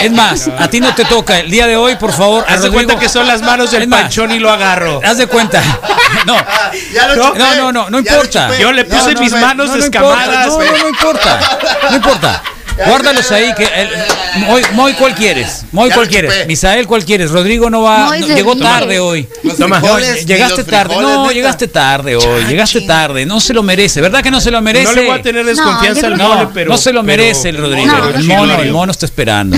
S6: Es más, a ti no te toca. El día de hoy, por favor. a
S8: Haz de cuenta
S6: Rodrigo-
S8: que son las manos del
S6: Ah, Es más, Ah,
S8: panchón y lo agarro.
S6: Haz de cuenta. *laughs* No.
S7: Ah,
S8: Ya lo
S6: no,
S8: chupé,
S6: no, no, no, no
S8: ya lo
S6: importa.
S8: chupé. Yo le puse mis manos descamadas,
S6: No, no, no importa. No importa. Guárdalos ahí que el, Moy, Moy, ¿cuál quieres? Moy,
S8: Ya
S6: ¿cuál
S8: lo
S6: quieres?
S8: chupé.
S6: Misael, ¿cuál quieres? Rodrigo no va,
S20: Moy
S6: no-
S20: se
S6: llegó
S20: ríe.
S6: tarde hoy.
S20: Los
S6: No,
S20: frijoles,
S6: Moy,
S20: ni
S6: llegaste
S20: los
S6: tarde.
S20: frijoles,
S6: No,
S20: neta.
S6: llegaste tarde hoy, llegaste tarde, no se lo merece, ¿verdad que no se lo merece?
S8: No le voy a tener No, desconfianza yo al creo que- mole, pero-
S6: No se lo
S8: pero-
S6: merece el Rodrigo,
S8: No,
S6: el
S8: no.
S6: mono, el mono está esperando.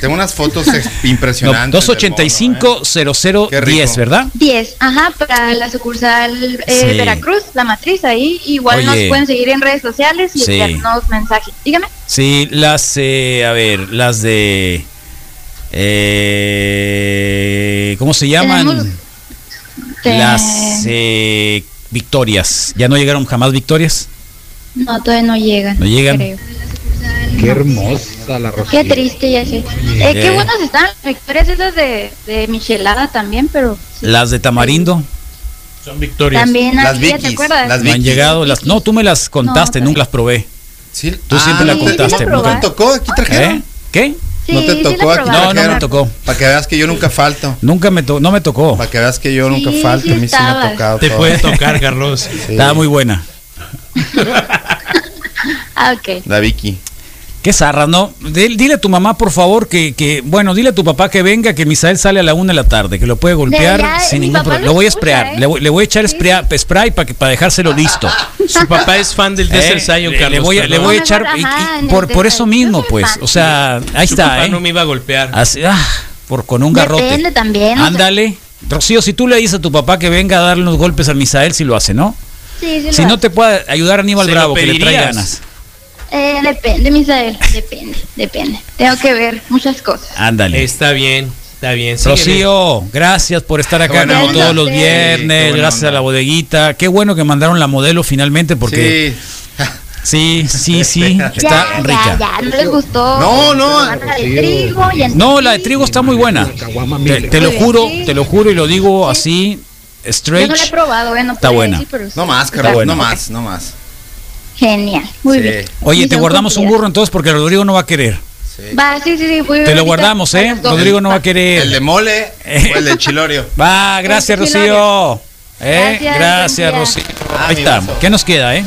S7: Tengo unas fotos
S6: *laughs*
S7: ex-
S6: ¿eh?
S7: impresionantes.
S6: 285 0010, ¿verdad?
S17: 10, ajá, para la sucursal eh,
S6: Sí.
S17: Veracruz, la matriz ahí. Igual nos
S6: Oye.
S17: pueden seguir en redes sociales y
S6: Sí.
S17: enviarnos mensajes. Dígame.
S6: Sí, las, eh, a ver, las de... eh, ¿Cómo se
S17: Tenemos-
S6: llaman?
S17: Te-
S6: Las eh, victorias. ¿Ya no llegaron jamás victorias?
S17: No, todavía no llegan.
S6: No llegan.
S17: creo.
S6: Qué hermosa la
S17: Qué triste, ya sé. Eh, qué buenas están las victorias esas de, de Michelada también, pero
S6: Las de Tamarindo.
S8: Son victorias.
S17: También Las aquí, ¿te Vicky's, acuerdas? las
S6: no han
S17: Vicky's.
S6: llegado. Las, no, tú me las contaste,
S17: No,
S6: nunca las probé. Tú
S7: Ah, no
S6: siempre las
S7: te
S6: contaste.
S7: tocó,
S6: ¿no?
S7: ¿te tocó? ¿Aquí trajeron?
S6: ¿Eh? ¿Qué?
S7: No te
S17: sí
S7: tocó
S17: las
S7: aquí.
S6: No,
S17: probaron.
S6: no me tocó. Oh.
S7: Para que veas que yo nunca falto.
S6: Nunca me to- no me tocó.
S7: Para que veas que yo nunca
S17: Sí,
S7: falto.
S17: sí
S7: a mí sí me ha
S17: estabas.
S7: tocado.
S8: Te
S7: todo.
S8: puede tocar, Carlos.
S6: Estaba muy buena.
S17: Ah, ok.
S7: La Vicky.
S6: Qué zarra, ¿no? Dil- dile a tu mamá, por favor, que, que- bueno, dile a tu papá que venga, que Misael sale a la una de la tarde, que lo puede golpear
S8: Debería-
S6: sin
S8: mi
S6: ningún
S8: papá lo
S6: problema. Lo voy a
S8: escucha, ¿eh?
S6: sprear, le, voy, le voy a echar sprea- spray para que para
S8: *laughs*
S6: dejárselo listo.
S8: Su papá es fan
S6: *laughs*
S8: del Desert Zion,
S6: Eh, le, le
S8: Carlos,
S6: voy a, le
S8: perdón.
S6: voy a
S8: No,
S6: echar
S8: mejor,
S6: y- y
S8: ajá, en el
S6: por, por
S8: Desert
S6: eso mismo, pues, o sea, ahí
S8: Su
S6: está,
S8: papá
S6: ¿eh?
S8: no me iba a golpear.
S6: Así, ah, por con un
S17: Depende
S6: garrote.
S17: también. o sea,
S6: Ándale. Rocío, si tú le dices a tu papá que venga a darle unos golpes al Misael, si lo hace, ¿no?
S17: sí, sí lo
S6: Si no
S17: hago.
S6: te puede ayudar Aníbal
S8: Se lo
S6: Bravo, que le trae
S8: pedirías.
S6: ganas.
S17: Eh, depende, Misael. Depende, depende. Tengo que ver muchas cosas.
S6: Ándale.
S8: Está bien, está bien. síguele.
S6: Rocío, gracias por estar acá
S8: buena
S6: como
S8: onda.
S6: todos los
S8: Sí,
S6: viernes,
S8: qué buena
S6: gracias a la bodeguita. Qué bueno que mandaron la modelo finalmente porque sí, sí, sí, está
S17: *laughs* ya,
S6: rica.
S17: ya, ya, no les gustó.
S7: No, no.
S17: La de trigo y en-
S6: No, la de trigo está muy buena. Te, te lo juro, te lo juro y lo digo así
S17: Yo no la he
S6: straight.
S17: probado, ¿eh? No
S6: Está
S17: podría
S6: buena.
S17: decir, pero sí.
S7: No más,
S6: Está
S7: Carlos.
S6: bueno.
S7: No más, no más.
S17: Genial, muy
S7: Sí.
S17: bien.
S6: Oye, te
S17: Misión
S6: guardamos un
S17: cumplida.
S6: burro entonces porque Rodrigo no va a querer.
S17: Va, sí, sí, sí. voy
S6: Te
S17: ahorita
S6: lo guardamos,
S17: a
S6: ¿eh?
S17: las dos.
S6: Rodrigo no va a querer.
S7: El de mole
S6: Eh.
S7: o el de chilorio.
S6: Va, gracias
S7: El
S6: Rocío. ¿Eh?
S7: Gracias,
S6: Gracias
S7: buen
S6: Rocío.
S7: día.
S6: Ahí
S7: Ah,
S6: está.
S7: mi
S6: ¿Qué nos queda, eh?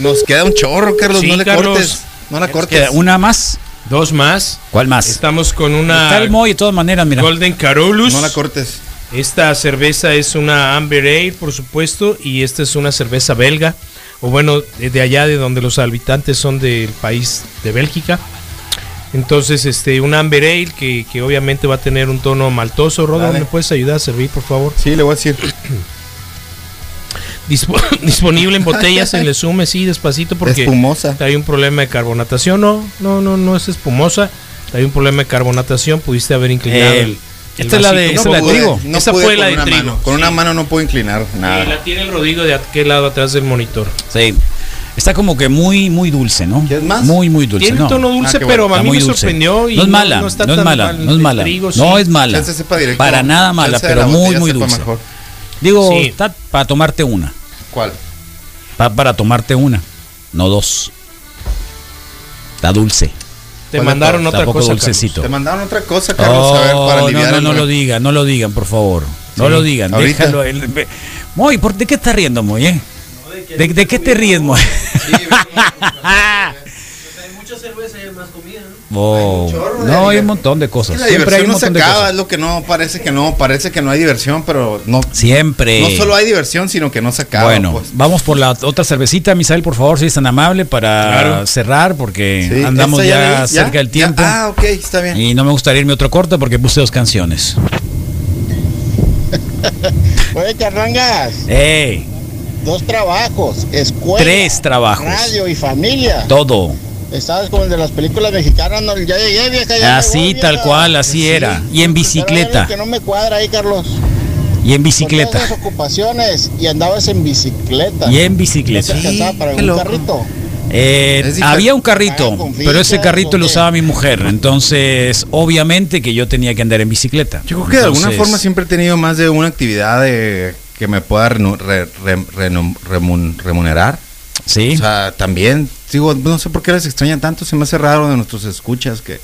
S7: Nos queda un chorro, Carlos.
S8: Sí,
S7: no le
S8: Carlos.
S7: cortes. No la cortes.
S6: Queda una más.
S8: Dos más.
S6: ¿Cuál más?
S8: Estamos con
S6: Está el
S8: una
S6: Moy de todas maneras, mira.
S8: Golden Carolus.
S7: No la cortes.
S8: Esta cerveza es una Amber Ale, por supuesto, y esta es una cerveza belga. O bueno, de de allá de donde los habitantes son del país de Bélgica. Entonces, este, una Amber Ale que, que obviamente va a tener un tono maltoso. Rodo,
S7: Dale.
S8: ¿me puedes ayudar a servir, por favor?
S7: Sí, le voy a decir.
S8: *laughs* disponible en botellas en Lesume, sí, despacito, porque
S7: Espumosa.
S8: hay un problema de carbonatación. No, no, no, no es espumosa. Hay un problema de carbonatación. Pudiste haber inclinado
S6: Eh,
S8: el- el
S6: esta es la de-
S8: vasito.
S6: esta es la de
S8: pude,
S6: trigo.
S7: No
S8: esa
S7: pude
S8: fue
S7: con
S8: la de
S7: una
S8: trigo.
S7: mano. Con
S8: sí.
S7: una mano no puedo inclinar
S8: Eh,
S7: nada.
S8: la tiene el Rodrigo de aquel lado atrás del monitor.
S6: Sí. Está como que muy, muy dulce, ¿no?
S7: más?
S6: Muy, muy dulce.
S8: Tiene
S6: no.
S8: un tono dulce,
S6: Ah, qué
S8: pero
S6: bueno.
S8: a
S6: Está
S8: mí
S6: muy
S8: me
S6: dulce.
S8: sorprendió. Y
S6: no es mala, no,
S8: está
S6: es
S8: tan
S6: mala,
S8: mal
S6: no es
S8: de
S6: mala.
S8: trigo,
S6: no
S8: sí.
S6: es mala.
S7: Chance sepa directo.
S6: Para nada mala,
S7: Chance de
S6: pero
S7: la
S6: muy,
S7: botella
S6: muy
S7: sepa
S6: dulce.
S7: mejor.
S6: Digo,
S7: Sí.
S6: está para tomarte una.
S7: ¿Cuál?
S6: Está para tomarte una, no dos. Está dulce.
S8: Te mandaron otra
S6: Tampoco
S8: cosa.
S6: dulcecito.
S7: Te mandaron otra cosa, Carlos.
S6: Oh,
S7: a ver, para
S6: no,
S7: aliviar
S6: no,
S7: el
S6: no lo
S7: dolor.
S6: digan, no lo digan, por favor. No
S7: Sí.
S6: lo digan.
S7: Ahorita.
S6: Déjalo. él- ve- Moy, ¿por de qué estás riendo, Moy? eh? ¿De, de qué te ríes, Moy? *laughs* Wow. No, hay un montón de
S7: Es que
S6: cosas.
S7: La
S6: Siempre hay
S7: diversión
S6: un
S7: no se
S6: montón de
S7: acaba,
S6: cosas.
S7: es lo que no, parece que no, parece que no hay diversión, pero no.
S6: Siempre.
S7: No solo hay diversión, sino que no se acaba.
S6: bueno,
S7: pues.
S6: vamos por la otra cervecita, Misael, por favor, si es tan amable para
S7: Claro.
S6: cerrar, porque
S7: Sí,
S6: andamos
S7: ¿esta
S6: ya,
S7: la leí?
S6: cerca del
S7: ¿Ya?
S6: tiempo.
S7: Ah, ok, está bien.
S6: Y no me gustaría irme otro corto porque puse dos canciones.
S18: Oye, charrangas,
S6: ¡Ey!
S18: dos trabajos, escuela,
S6: Tres trabajos.
S18: radio y familia.
S6: Todo.
S18: Estabas como el de las películas mexicanas, no, ya llegué, vieja, ya
S6: Así,
S18: llegó,
S6: tal
S18: vieja.
S6: cual, así era. Y en
S18: Pero era lo
S6: bicicleta.
S18: que no me cuadra ahí, Carlos.
S6: Y en
S18: Con todas
S6: bicicleta.
S18: esas ocupaciones y andabas en bicicleta.
S6: Y en bicicleta.
S18: No te alcanzaba para
S6: qué
S18: un
S6: loco.
S18: carrito.
S6: Eh,
S18: Es diferente.
S6: había un
S18: Ah,
S6: carrito,
S18: con ficha,
S6: pero ese carrito
S18: ¿con
S6: lo
S18: qué?
S6: usaba mi mujer. Entonces, obviamente que yo tenía que andar en bicicleta.
S7: Yo creo que de alguna forma siempre he tenido más de una actividad de, que me pueda renu- re- re- renu- remun- remunerar.
S6: Sí.
S7: O sea, también, digo, no sé por qué les extraña tanto, se me hace raro de nuestros escuchas que,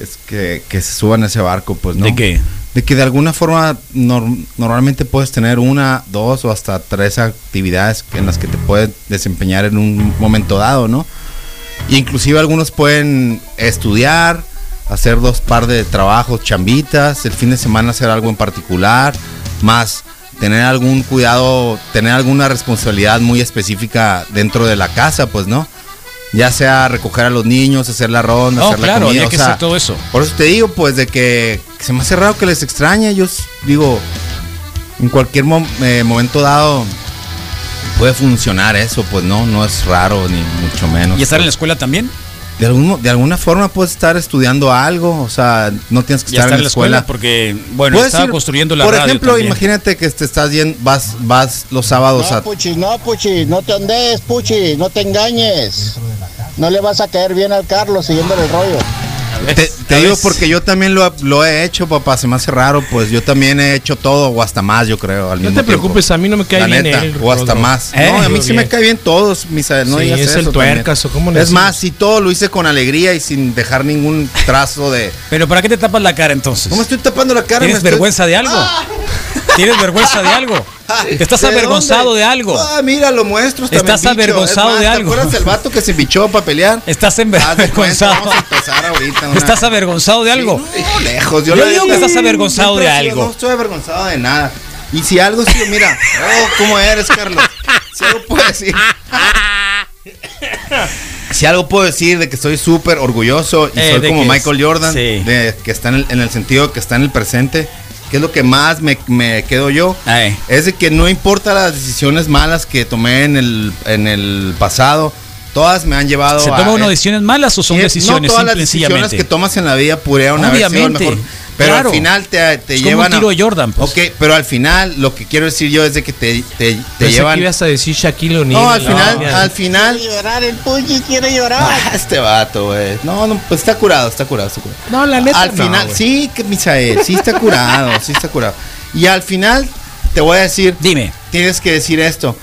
S7: es que, que se suban a ese barco, pues, ¿no?
S6: ¿De qué?
S7: De que de alguna forma nor- normalmente puedes tener una, dos o hasta tres actividades que- en las que te puedes desempeñar en un momento dado, ¿no? Y inclusive algunos pueden estudiar, hacer dos par de trabajos, chambitas, el fin de semana hacer algo en particular, más tener algún cuidado, tener alguna responsabilidad muy específica dentro de la casa, pues, ¿no? Ya sea recoger a los niños, hacer la ronda,
S6: No,
S7: hacer la
S6: Oh, claro,
S7: comida,
S6: había
S7: o
S6: que
S7: sea,
S6: hacer todo eso.
S7: por eso te digo, pues, de que se me hace raro que les extraña. Yo s- digo, en cualquier mom- eh, momento dado puede funcionar eso, pues no, no es raro ni mucho menos.
S6: ¿Y estar en la escuela también?
S7: De, algún mo- de alguna forma puedes estar estudiando algo, o sea, no tienes que
S6: ¿Y estar en la escuela?
S7: porque
S6: Porque, bueno,
S7: Puedes
S6: estaba
S7: ir-
S6: construyendo la
S7: Por
S6: radio
S7: ejemplo,
S6: también.
S7: imagínate que te estás bien, vas, vas los sábados a
S18: No, Puchis, no, Puchis, no te andes, Puchis, no te engañes. No le vas a caer bien al Carlos siguiéndole el rollo.
S6: *laughs*
S7: Te, te digo porque yo también lo, lo he hecho, papá. Se me hace raro, pues yo también he hecho todo o hasta más, yo creo. Al
S8: No
S7: mismo
S8: te preocupes,
S7: tiempo.
S8: a mí no me cae
S7: La
S8: bien
S7: neta,
S8: él,
S7: O hasta
S8: Rodro.
S7: más.
S8: ¿Eh?
S7: No, a mí
S8: Muy
S7: sí me
S8: bien.
S7: cae bien todos, Pues, Misael. No
S8: Sí,
S7: digas
S8: es
S7: eso
S8: el
S7: también.
S8: tuercas, ¿o cómo le
S7: Es
S8: decimos?
S7: más, si todo lo hice con alegría y sin dejar ningún trazo de.
S6: Pero ¿para qué te tapas la cara entonces?
S7: ¿Cómo estoy tapando la cara?
S6: ¿Tienes
S7: Me estoy-
S6: vergüenza de algo? ¿Tienes vergüenza
S7: *laughs*
S6: de algo? ¿Estás
S7: Ah. ¿De
S6: avergonzado
S7: dónde?
S6: de algo?
S7: Ah, mira, lo muestro. hasta
S6: ¿Estás
S7: me embicho.
S6: avergonzado
S7: Es más,
S6: de algo?
S7: ¿Te acuerdas el vato que se bichó para pelear?
S6: ¿Estás
S7: Haz de cuenta,
S6: avergonzado?
S7: Vamos a empezar ahorita. una-
S6: ¿Estás avergonzado de algo?
S7: No, lejos.
S6: Yo
S7: lo-
S6: digo que estás avergonzado
S7: Siempre
S6: de
S7: he sido-
S6: algo.
S7: No estoy avergonzado de nada. Y si algo sí, mira, oh, ¿cómo eres, Carlos? Si algo puedo decir. Si algo puedo decir de que soy súper orgulloso y
S6: Eh,
S7: soy
S6: de
S7: como
S6: que
S7: Michael
S6: es-
S7: Jordan,
S6: sí.
S7: de que está en el, en el sentido que está en el presente, que es lo que más me, me quedo yo, es de que no importa las decisiones malas que tomé en el, en el pasado, todas me han llevado
S6: ¿Se
S7: a...
S6: toman unas
S7: eh,
S6: decisiones malas o son
S7: Sí,
S6: decisiones
S7: No todas las
S6: simple y
S7: decisiones
S6: sencillamente?
S7: que tomas en la vida pudieron haber sido
S6: Obviamente,
S7: mejor. Pero
S6: claro.
S7: al final te, te
S6: Es como
S7: llevan
S6: un tiro
S7: a.
S6: de Jordan, pues.
S7: Ok, pero al final lo que quiero decir yo es de que te, te, te
S8: Pensé
S7: llevan.
S8: que ibas a decir Shaquille O'Neal.
S7: No, al final,
S8: mira.
S7: al final.
S18: Quiere llorar, el Puchis quiere llorar.
S7: Ah, este vato, güey. No, no, pues está curado, está curado, está curado.
S8: No, la neta
S7: Al
S8: no,
S7: final,
S8: güey.
S7: sí, que Misael, sí está curado, *laughs* sí está curado. Y al final, te voy a decir.
S6: Dime.
S7: Tienes que decir esto.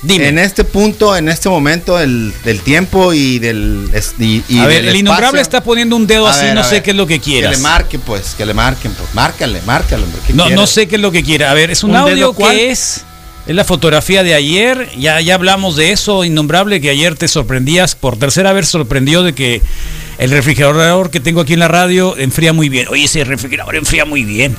S7: Dime. En este punto, en este momento del, del tiempo y del. es- Y, y
S6: a ver,
S7: del
S6: el innombrable
S7: espacio.
S6: está poniendo un dedo
S7: A
S6: así,
S7: ver,
S6: no
S7: a
S6: sé
S7: ver.
S6: qué es lo que
S7: Que
S6: quieras.
S7: le marque, pues, que le marquen, pues. Márcale, márcale, hombre. ¿qué
S6: No, no
S7: quieres?
S6: sé qué es lo que quiera. A ver, es un,
S7: ¿Un dedo
S6: audio
S7: cuál?
S6: que es. Es la fotografía de ayer. Ya, ya hablamos de eso, innombrable, que ayer te sorprendías. Por tercera vez sorprendió de que el refrigerador que tengo aquí en la radio enfría muy bien. Oye, ese refrigerador enfría muy bien.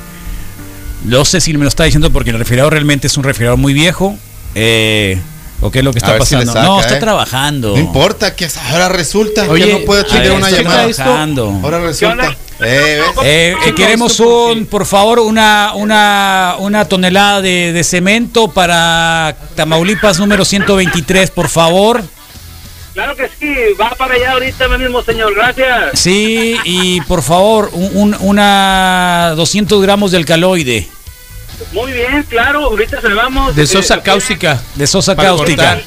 S6: No sé si me lo está diciendo porque el refrigerador realmente es un refrigerador muy viejo. Eh, ¿O qué es lo que
S7: A
S6: está
S7: ver si le
S6: pasando?
S7: saca,
S6: no, está
S7: eh.
S6: trabajando.
S7: No importa, que ahora resulta
S6: Oye,
S7: que no puedo
S6: a
S7: tener
S6: ver,
S7: una
S6: estoy
S7: llamada.
S6: trabajando.
S7: Ahora resulta. Eh, ¿ves?
S6: Eh, eh, queremos un, por favor, una, una, una tonelada de, de cemento para Tamaulipas número 123, por favor.
S20: Claro que sí, va para allá ahorita mismo, señor. Gracias.
S6: Sí, y por favor, un, un- una 200 gramos de alcaloide.
S20: Muy bien, claro. Ahorita se lo vamos.
S6: De
S20: Eh,
S6: sosa
S20: ¿lo quiere-
S6: cáustica. De sosa
S20: Para
S6: cáustica.
S20: cortar.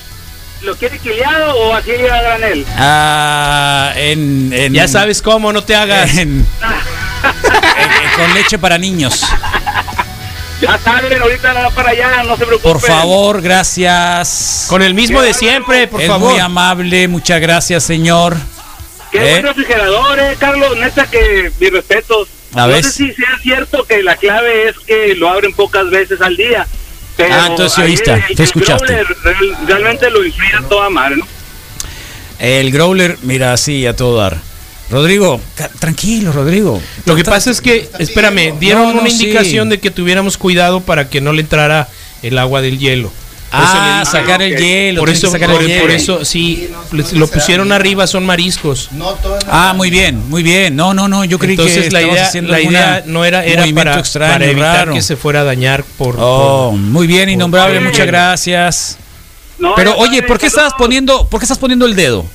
S20: ¿Lo quiere quileado o así a granel?
S6: Ah, en, en-
S8: Ya sabes cómo, no te hagas.
S20: Eh,
S6: en- en- con leche para niños.
S20: Ya salen, ahorita va para allá, no se preocupen.
S6: Por favor, gracias.
S8: Con el mismo de siempre, por
S6: es
S8: favor.
S6: muy amable, muchas gracias, señor.
S20: Qué
S6: ¿Eh?
S20: buen refrigerador, eh, Carlos. Neta que mis respetos.
S6: A
S20: no
S6: ver.
S20: sé si sea cierto que la clave es que lo abren pocas veces al día. Pero
S6: Ah, entonces sí
S20: ahí
S6: oíste,
S20: el-
S6: tú
S20: el
S6: escuchaste.
S20: Growler real- Realmente lo influye a toda madre, ¿no?
S6: El growler, mira, sí, a todo dar. Rodrigo, ca- tranquilo, Rodrigo.
S8: Lo que pasa es que, espérame, dieron
S6: No, no,
S8: una
S6: sí.
S8: indicación de que tuviéramos cuidado para que no le entrara el agua del hielo. Por eso
S6: Ah,
S8: le dije-
S6: sacar el hielo,
S8: Por
S6: tienes
S8: eso,
S6: que sacar
S8: por,
S6: el hielo.
S8: por eso, sí, les- lo pusieron arriba, son mariscos.
S6: Ah, muy bien, muy bien. No, no, no, yo creí que
S8: Entonces la
S6: estabas
S8: idea,
S6: haciendo
S8: la
S6: alguna-
S8: idea no era, era
S6: movimiento
S8: para,
S6: extraño,
S8: para evitar
S6: raro.
S8: que se fuera a dañar por...
S6: Oh,
S8: por-
S6: muy bien,
S8: por-
S6: innombrable, muchas gracias.
S20: No,
S6: Pero
S20: ya
S6: oye,
S20: saben,
S6: ¿por qué estás poniendo, por qué estás poniendo el dedo?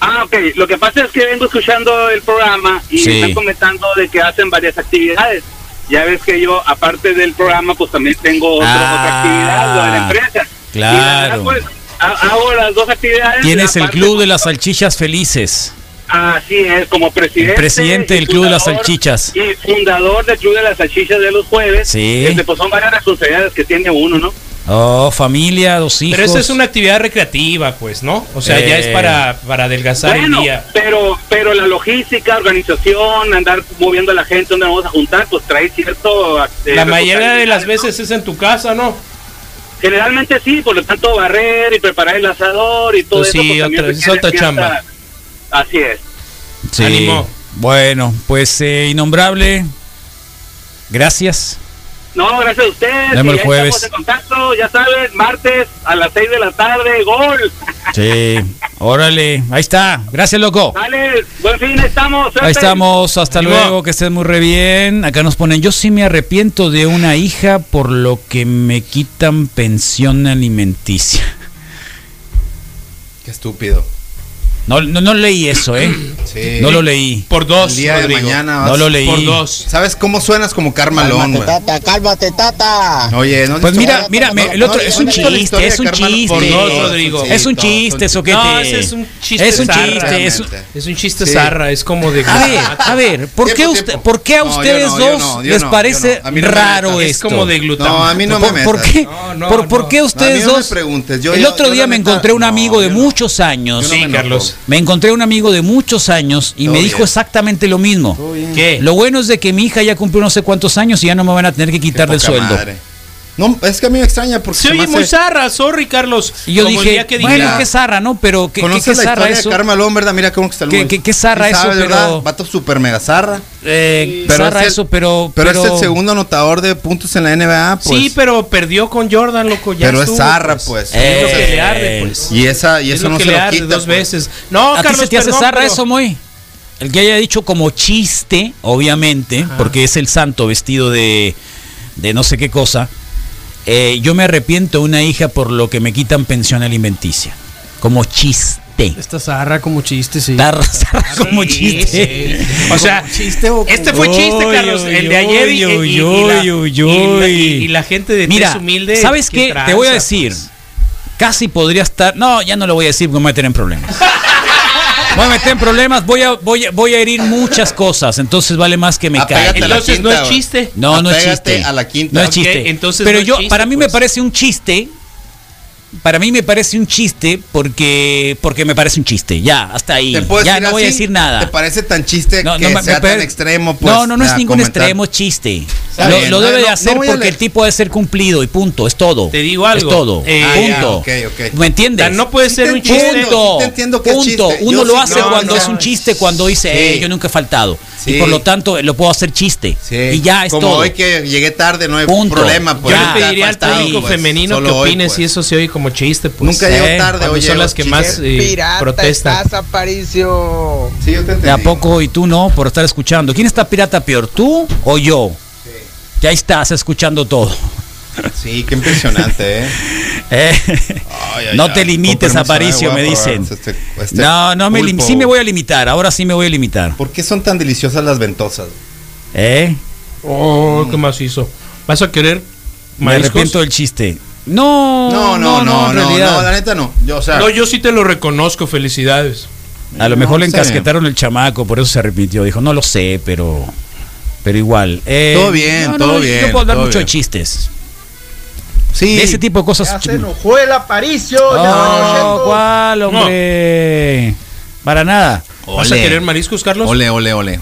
S20: Ah, ok. Lo que pasa es que vengo escuchando el programa y
S6: Sí.
S20: están comentando de que hacen varias actividades. Ya ves que yo, aparte del programa, pues también tengo otra- otra actividad lo de la empresa. Y la verdad,
S6: Ah, Claro.
S20: pues, ha- hago las dos actividades. pues,
S6: Tienes el
S20: aparte-
S6: club de las salchichas felices.
S20: Así es, como presidente.
S6: El presidente
S20: y
S6: del Club de las
S20: fundador-
S6: Salchichas.
S20: Y fundador del Club de las Salchichas de los jueves.
S6: Sí.
S20: Este, pues son varias responsabilidades que tiene uno, ¿no?
S6: Oh, familia, dos hijos.
S8: Pero esa es una actividad recreativa, pues, ¿no? O sea, ya es
S6: Eh.
S8: para, para adelgazar
S20: Bueno,
S8: el día.
S20: pero, pero la logística, organización, andar moviendo a la gente, donde vamos a juntar, pues trae cierto... eh,
S8: La mayoría de las
S20: responsabilidad,
S8: veces es en tu casa, ¿no?
S20: ¿no? Generalmente sí, por lo tanto barrer y preparar el asador y todo
S8: Pues
S20: eso.
S8: sí,
S20: también
S8: otra vez, es
S20: requiere
S8: otra
S20: cierta-
S8: chamba.
S20: Así es.
S6: Sí.
S8: Ánimo.
S6: Bueno, pues eh, innombrable. Gracias.
S20: No, gracias a ustedes.
S6: Nos vemos
S20: y
S6: el
S20: ahí
S6: jueves.
S20: Estamos en contacto, ya sabes, martes a las 6 de la tarde, gol.
S6: Sí. Órale. Ahí está. Gracias, loco.
S20: Dale, buen fin, estamos.
S6: Ahí
S20: suerte.
S6: estamos, hasta luego, que estés muy re bien. Acá nos ponen, yo sí me arrepiento de una hija por lo que me quitan pensión alimenticia.
S7: Qué estúpido.
S6: No, no, no leí eso, ¿eh?
S7: Sí.
S6: No lo leí.
S8: Por dos.
S7: El día
S6: Rodrigo.
S7: de mañana.
S6: No
S7: vas-
S6: lo leí. Por dos.
S7: ¿Sabes cómo suenas como Carmalón,
S18: Cálmate,
S7: güey?
S18: tata, cálmate, tata.
S7: Oye, ¿no has
S6: Pues
S7: visto-
S6: mira, mira, me- el otro es un
S7: ¿no has visto la
S6: chiste,
S7: historia
S6: es
S7: de
S6: un
S7: Karma Lon?
S6: chiste.
S7: Por dos, Rodrigo.
S6: Es un
S7: Sí, todo,
S6: chiste,
S7: todo.
S6: soquete.
S8: No, ese es un chiste
S6: Es un
S8: zarra,
S6: chiste, es un-
S7: realmente.
S8: Es un chiste
S7: Sí.
S8: zarra, es como de...
S6: A ver, a ver, ¿por qué, usted- ¿por qué
S7: No,
S6: a
S7: yo
S6: ustedes
S7: no, yo
S6: dos
S7: no, yo
S6: les
S7: no, yo
S6: parece
S7: no. A mí no me
S6: raro
S7: metas.
S6: esto?
S7: Es como de glutamato. No, a mí no me
S6: ¿Por, ¿por
S7: metas.
S6: qué?
S7: No, no,
S6: ¿Por, por
S7: no.
S6: qué ustedes
S7: A mí no me
S6: dos?
S7: preguntes, yo-
S6: el
S7: yo-
S6: otro
S7: yo
S6: día
S7: la
S6: me
S7: neta-
S6: encontré un amigo de muchos años.
S7: Yo no me Sí, enojo. Carlos.
S6: Me encontré un amigo de muchos años y
S7: Todo
S6: me dijo
S7: bien.
S6: exactamente lo mismo.
S8: ¿Qué?
S6: Lo bueno es de que mi hija ya cumplió no sé cuántos años y ya no me van a tener que quitar del
S7: poca
S6: sueldo.
S7: madre. No, es que a mí me extraña porque
S8: Se
S7: me
S8: oye
S7: hace-
S8: muy zarra, sorry, Carlos.
S6: Y yo
S8: Como el
S6: dije,
S8: día que
S6: bueno,
S8: dijera-
S6: qué zarra, ¿no? Pero qué, qué,
S7: ¿Conoces
S6: qué
S7: la
S6: zarra
S7: historia
S6: eso.
S7: de Karma Lon, verdad? Mira cómo está el
S6: ¿Qué-
S7: mundo.
S6: qué- qué zarra
S7: Sí
S6: eso,
S7: sabe,
S6: pero-
S7: ¿verdad? Vato super mega zarra.
S6: Eh,
S7: Pero
S6: zarra
S7: es el-
S6: eso, pero,
S7: Pero, es el segundo anotador de puntos en la NBA, pues.
S8: Sí, pero perdió con Jordan, loco. Ya
S7: pero es
S8: estuvo,
S7: zarra, pues.
S8: Es lo
S6: Eh.
S8: que le arde, pues.
S7: Y esa, y
S8: Es
S7: eso
S8: lo
S7: no
S8: que
S7: se
S8: le
S7: lo
S8: arde
S7: quita. pues.
S8: dos veces. No,
S6: ¿A ti
S8: Carlos,
S6: se te hace
S8: perdón,
S6: zarra
S8: pero-
S6: eso, Moy? El que haya dicho como chiste, obviamente, porque es el santo vestido de, de no sé qué cosa. eh, yo me arrepiento de una hija por lo que me quitan pensión alimenticia. Como chiste.
S16: Esta zarra como chiste, sí.
S6: Zarra, zarra como chiste.
S8: O sea, este fue chiste,
S6: Oy,
S8: Carlos.
S6: oy,
S8: el de ayer y,
S6: oy,
S8: y- y
S6: oy,
S8: la,
S6: oy,
S8: y la-
S6: oy.
S8: y la gente de
S6: Mira,
S8: Tres humilde.
S6: ¿sabes qué? Te
S8: pues?
S6: voy a decir. Casi podría estar. No, ya no lo voy a decir porque me voy a meter en problemas. Me Voy a meter en problemas, voy a, voy a, voy a herir muchas cosas, entonces vale más que me
S7: Apégate
S6: caiga.
S7: a la
S8: Entonces no
S7: quinta,
S8: es
S7: güey.
S8: chiste.
S6: No, no es
S7: Apégate
S6: chiste.
S7: a la quinta.
S6: No es
S7: Ok,
S6: chiste.
S8: entonces
S6: Pero
S8: no es
S6: yo,
S8: chiste,
S6: para mí me
S8: pues.
S6: parece un chiste. Para mí me parece un chiste porque porque me parece un chiste. Ya, hasta ahí.
S7: ¿Te puedo
S6: Ya
S7: decir
S6: no voy a
S7: así?
S6: decir
S7: ¿Te
S6: nada.
S7: parece tan chiste
S6: No,
S7: que
S6: no me-
S7: sea
S6: me pare-
S7: tan extremo? Pues,
S6: no, no, no es
S7: a
S6: ningún
S7: comentar?
S6: extremo chiste.
S7: Está
S6: Lo,
S7: bien,
S6: lo
S7: no,
S6: debe de
S7: no,
S6: hacer
S7: no voy a
S6: porque
S7: leer.
S6: el tipo debe ser cumplido y punto, es todo.
S8: Te digo algo.
S6: Es todo.
S8: Eh,
S7: Ah, ya,
S6: punto.
S7: ok, ok.
S6: ¿Me entiendes?
S8: no puede
S7: Sí
S8: ser
S7: te
S8: un
S7: entiendo,
S8: chiste.
S7: sí te entiendo que es
S6: punto.
S7: chiste.
S6: Uno
S7: Yo
S6: lo
S7: sí
S6: hace
S7: creo,
S6: cuando
S7: no.
S6: es un chiste, cuando dice,
S7: Sí.
S6: "Eh, yo nunca he faltado.
S7: Sí.
S6: Y por lo tanto, eh, lo puedo hacer chiste.
S7: Sí.
S6: Y ya es
S7: Como
S6: todo.
S7: hoy que llegué tarde, no hay
S6: Punto.
S7: problema. Pues,
S6: Yo
S8: Yo
S6: Ah,
S8: le pediría al
S7: faltado,
S8: público
S7: pues,
S8: femenino que
S7: solo hoy,
S8: opine
S7: pues.
S8: si eso se oye como chiste. Pues,
S7: Nunca llego
S8: Eh,
S7: tarde,
S8: cuando
S7: oye,
S8: Son las que
S7: chiste.
S8: más eh,
S19: Pirata
S8: protestan.
S19: estás, Aparicio.
S7: Sí, yo te
S6: ¿De a
S7: entendí.
S6: poco y tú no por estar escuchando? ¿Quién está pirata peor, tú o yo? Ya estás escuchando todo. *laughs*
S7: Sí, qué impresionante, ¿eh?
S6: Eh,
S7: Ay, ay,
S6: no
S7: ay.
S6: te
S7: Con
S6: limites,
S7: permiso,
S6: Aparicio,
S7: ay,
S6: me
S7: voy a probar
S6: dicen.
S7: este- este
S6: No, no, me lim-
S7: pulpo.
S6: sí me voy a limitar. Ahora sí me voy a limitar.
S7: ¿Por qué son tan deliciosas las ventosas?
S6: ¿Eh?
S8: Oh, qué más hizo. ¿Vas a querer
S6: Me
S8: mariscos?
S6: arrepiento del chiste. No,
S7: No, no, no, no,
S6: en
S7: no,
S6: realidad.
S7: la neta no. Yo, o sea,
S8: No, yo sí te lo reconozco. Felicidades.
S6: A lo mejor
S7: No
S6: le
S7: sé.
S6: encasquetaron el chamaco, por eso se arrepintió. Dijo, no lo sé, pero pero igual. Eh,
S7: Todo bien, todo
S6: yo- Yo
S7: bien,
S6: puedo hablar
S7: todo
S6: mucho de
S7: bien.
S6: chistes.
S7: sí.
S6: De ese tipo de cosas.
S19: Ya se enojó el Aparicio. ya van
S6: No,
S19: oyendo.
S6: ¿cuál, hombre? Para nada.
S8: ¿Vas a querer mariscos, Carlos?
S7: Ole, ole, ole.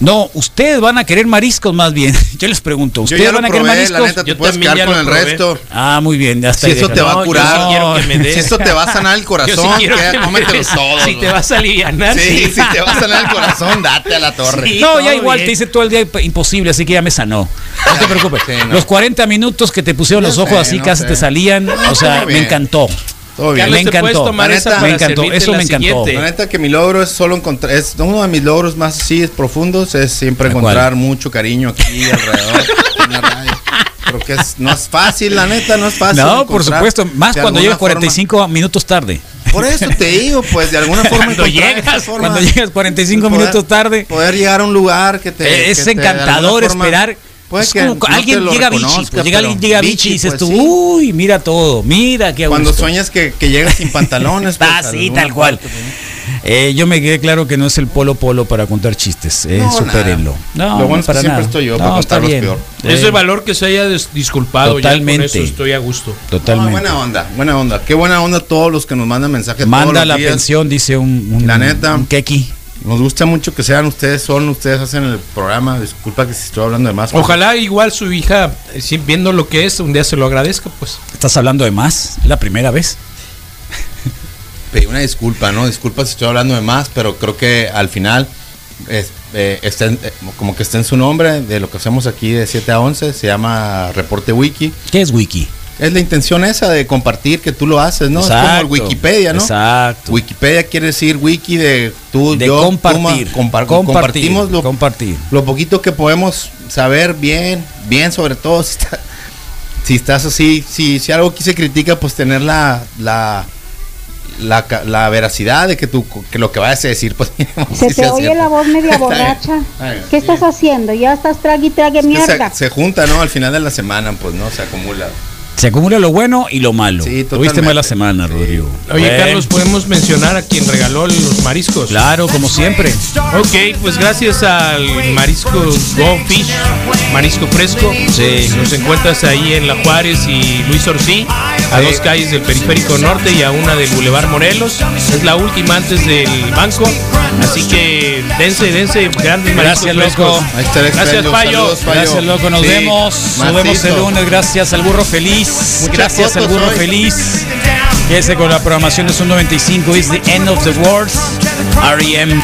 S6: No, ustedes van a querer mariscos más bien. *laughs* Yo les
S7: Yo
S6: pregunto, ¿ustedes
S7: ya lo
S6: van a querer
S7: probé, la
S6: mariscos?
S7: neta, te
S8: Yo
S7: puedes
S8: también
S7: quedar
S8: ya
S7: con el
S8: lo probé.
S7: resto.
S6: Ah, muy bien, ya está.
S7: Si
S6: ahí
S7: eso te
S6: déjalo.
S7: va a
S8: yo
S7: curar,
S8: sí quiero que me des.
S7: si *laughs* eso te va a
S8: *laughs*
S7: sanar el corazón, queda- cómetelos todos.
S8: Si te
S7: güey.
S8: vas a aliviar.
S7: Sí, si te va a sanar el corazón, date a la torre.
S8: Sí.
S6: No,
S8: todo
S6: ya igual
S8: bien.
S6: te hice todo el día imp- imposible, así que ya me sanó. No te preocupes.
S7: Sí, no.
S6: Los 40 minutos que te pusieron
S7: Ya
S6: los ojos
S7: sé,
S6: así
S7: no
S6: casi
S7: sé.
S6: te salían, o sea,
S7: Todo
S6: me
S7: bien.
S6: encantó.
S7: Todo bien.
S6: Me
S8: Carlos, te puedes
S6: encantó.
S8: tomar
S7: esa
S6: me
S7: para
S6: encantó.
S8: servirte
S6: Eso
S8: la
S6: me encantó.
S8: siguiente.
S7: La neta que mi logro es solo encontrar, es uno de mis logros más así profundos, es siempre
S6: ¿Cuál?
S7: encontrar mucho cariño aquí
S6: *laughs*
S7: alrededor en la radio. Creo que es- no es fácil, la neta, no es fácil.
S6: No, por
S7: encontrar
S6: supuesto, más
S7: de
S6: cuando
S7: alguna
S6: llegas 45 minutos tarde.
S7: forma- Por eso te digo, pues de alguna forma
S6: *laughs* Cuando
S7: encontrar
S6: llegas,
S7: esa forma
S6: cuando llegas 45
S7: de poder-
S6: minutos tarde.
S7: Poder llegar a un lugar que te.
S6: Eh,
S7: Este, que te,
S6: es
S7: de
S6: encantador
S7: alguna forma-
S6: esperar.
S7: puede
S6: es
S7: que
S6: como
S7: no
S6: cu-
S7: te
S6: alguien
S7: lo
S6: llega a Vichy,
S7: reconozca,
S6: pues,
S7: pero
S6: llega, alguien llega a Vichy
S7: Vichy,
S6: y dices
S7: pues,
S6: tú,
S7: sí.
S6: uy, mira todo, mira qué a
S7: Cuando
S6: gusto". *laughs*
S7: sueñas que, que llegas sin pantalones. pues,
S6: Ah, sí, tal cual. Eh, yo me quedé claro que no es el polo polo para contar chistes. Eh,
S7: No,
S6: supérenlo.
S7: nada. Lo bueno es que siempre estoy yo para
S6: está
S7: contar los
S6: bien. Eh,
S7: peor.
S8: Es el valor que se haya des- disculpado. ya con
S6: Totalmente.
S8: eso estoy a gusto.
S6: Totalmente.
S7: No, buena onda, buena onda. Qué buena onda todos los que nos mandan mensajes. todos
S6: Manda
S7: los
S6: la
S7: días.
S6: pensión, dice un, un-
S7: La neta.
S6: un keki.
S7: Nos gusta mucho que sean ustedes, son ustedes, hacen el programa. Disculpa que si estoy hablando de más.
S8: Ojalá igual su hija, eh, sí, viendo lo que es, un día se lo agradezca, pues.
S6: ¿Estás hablando de más? ¿La primera vez?
S7: Pedí una disculpa, ¿no? Disculpa si estoy hablando de más, pero creo que al final es- eh, está en- eh, como que está en su nombre de lo que hacemos aquí de 7 a 11. Se llama Reporte Wiki.
S6: ¿Qué es Wiki?
S7: Es la intención esa de compartir que tú lo haces, Pues ¿no? es como el
S6: Exacto,
S7: Wikipedia, ¿no?
S6: exacto.
S7: Wikipedia quiere decir wiki de tú,
S6: De
S7: yo, tú,
S6: compartir,
S7: ma- compar-
S6: compartir,
S7: compartimos lo,
S6: compartir.
S7: lo poquito que podemos saber bien, bien sobre todo si, está- si estás así, si, si algo aquí se critica, pues tener la la, la, ca- la veracidad de que tú que lo que vayas a decir, pues *laughs*
S10: Se
S7: sí
S10: te
S7: sea
S10: oye
S7: cierto.
S10: la voz media
S7: *laughs* Está bien,
S10: borracha.
S7: está bien.
S10: ¿Qué estás haciendo? Ya estás trague y trague
S7: Que se-
S10: mierda.
S7: se, junta, ¿no? Al final de la semana, pues, ¿no? Se acumula.
S6: Se acumula lo bueno y lo malo.
S7: Sí,
S6: Tuviste
S7: totalmente.
S6: mala semana, Rodrigo.
S8: Oye,
S6: Bueno,
S8: Carlos, podemos mencionar a quien regaló los mariscos.
S6: Claro, como siempre.
S8: Ok, pues gracias al marisco Goldfish, marisco fresco.
S6: Sí.
S8: Nos encuentras ahí en La Juárez y Luis Ortiz, a dos calles del periférico norte y a una del Boulevard Morelos. Es la última antes del banco. Así que dense, dense, grandes mariscos
S6: Gracias,
S8: frescos.
S6: loco.
S7: Ahí está el
S8: Gracias,
S7: extraño.
S8: Payo.
S7: Saludos, Payo.
S6: Gracias, loco. Nos
S7: Sí,
S6: vemos. Nos
S7: macizo.
S6: vemos el lunes. Gracias al burro feliz.
S7: Muchas
S6: gracias al
S7: fotos
S6: burro
S7: hoy.
S6: feliz. Quédese con la programación de Sun 95. It's the end of the world. R.E.M.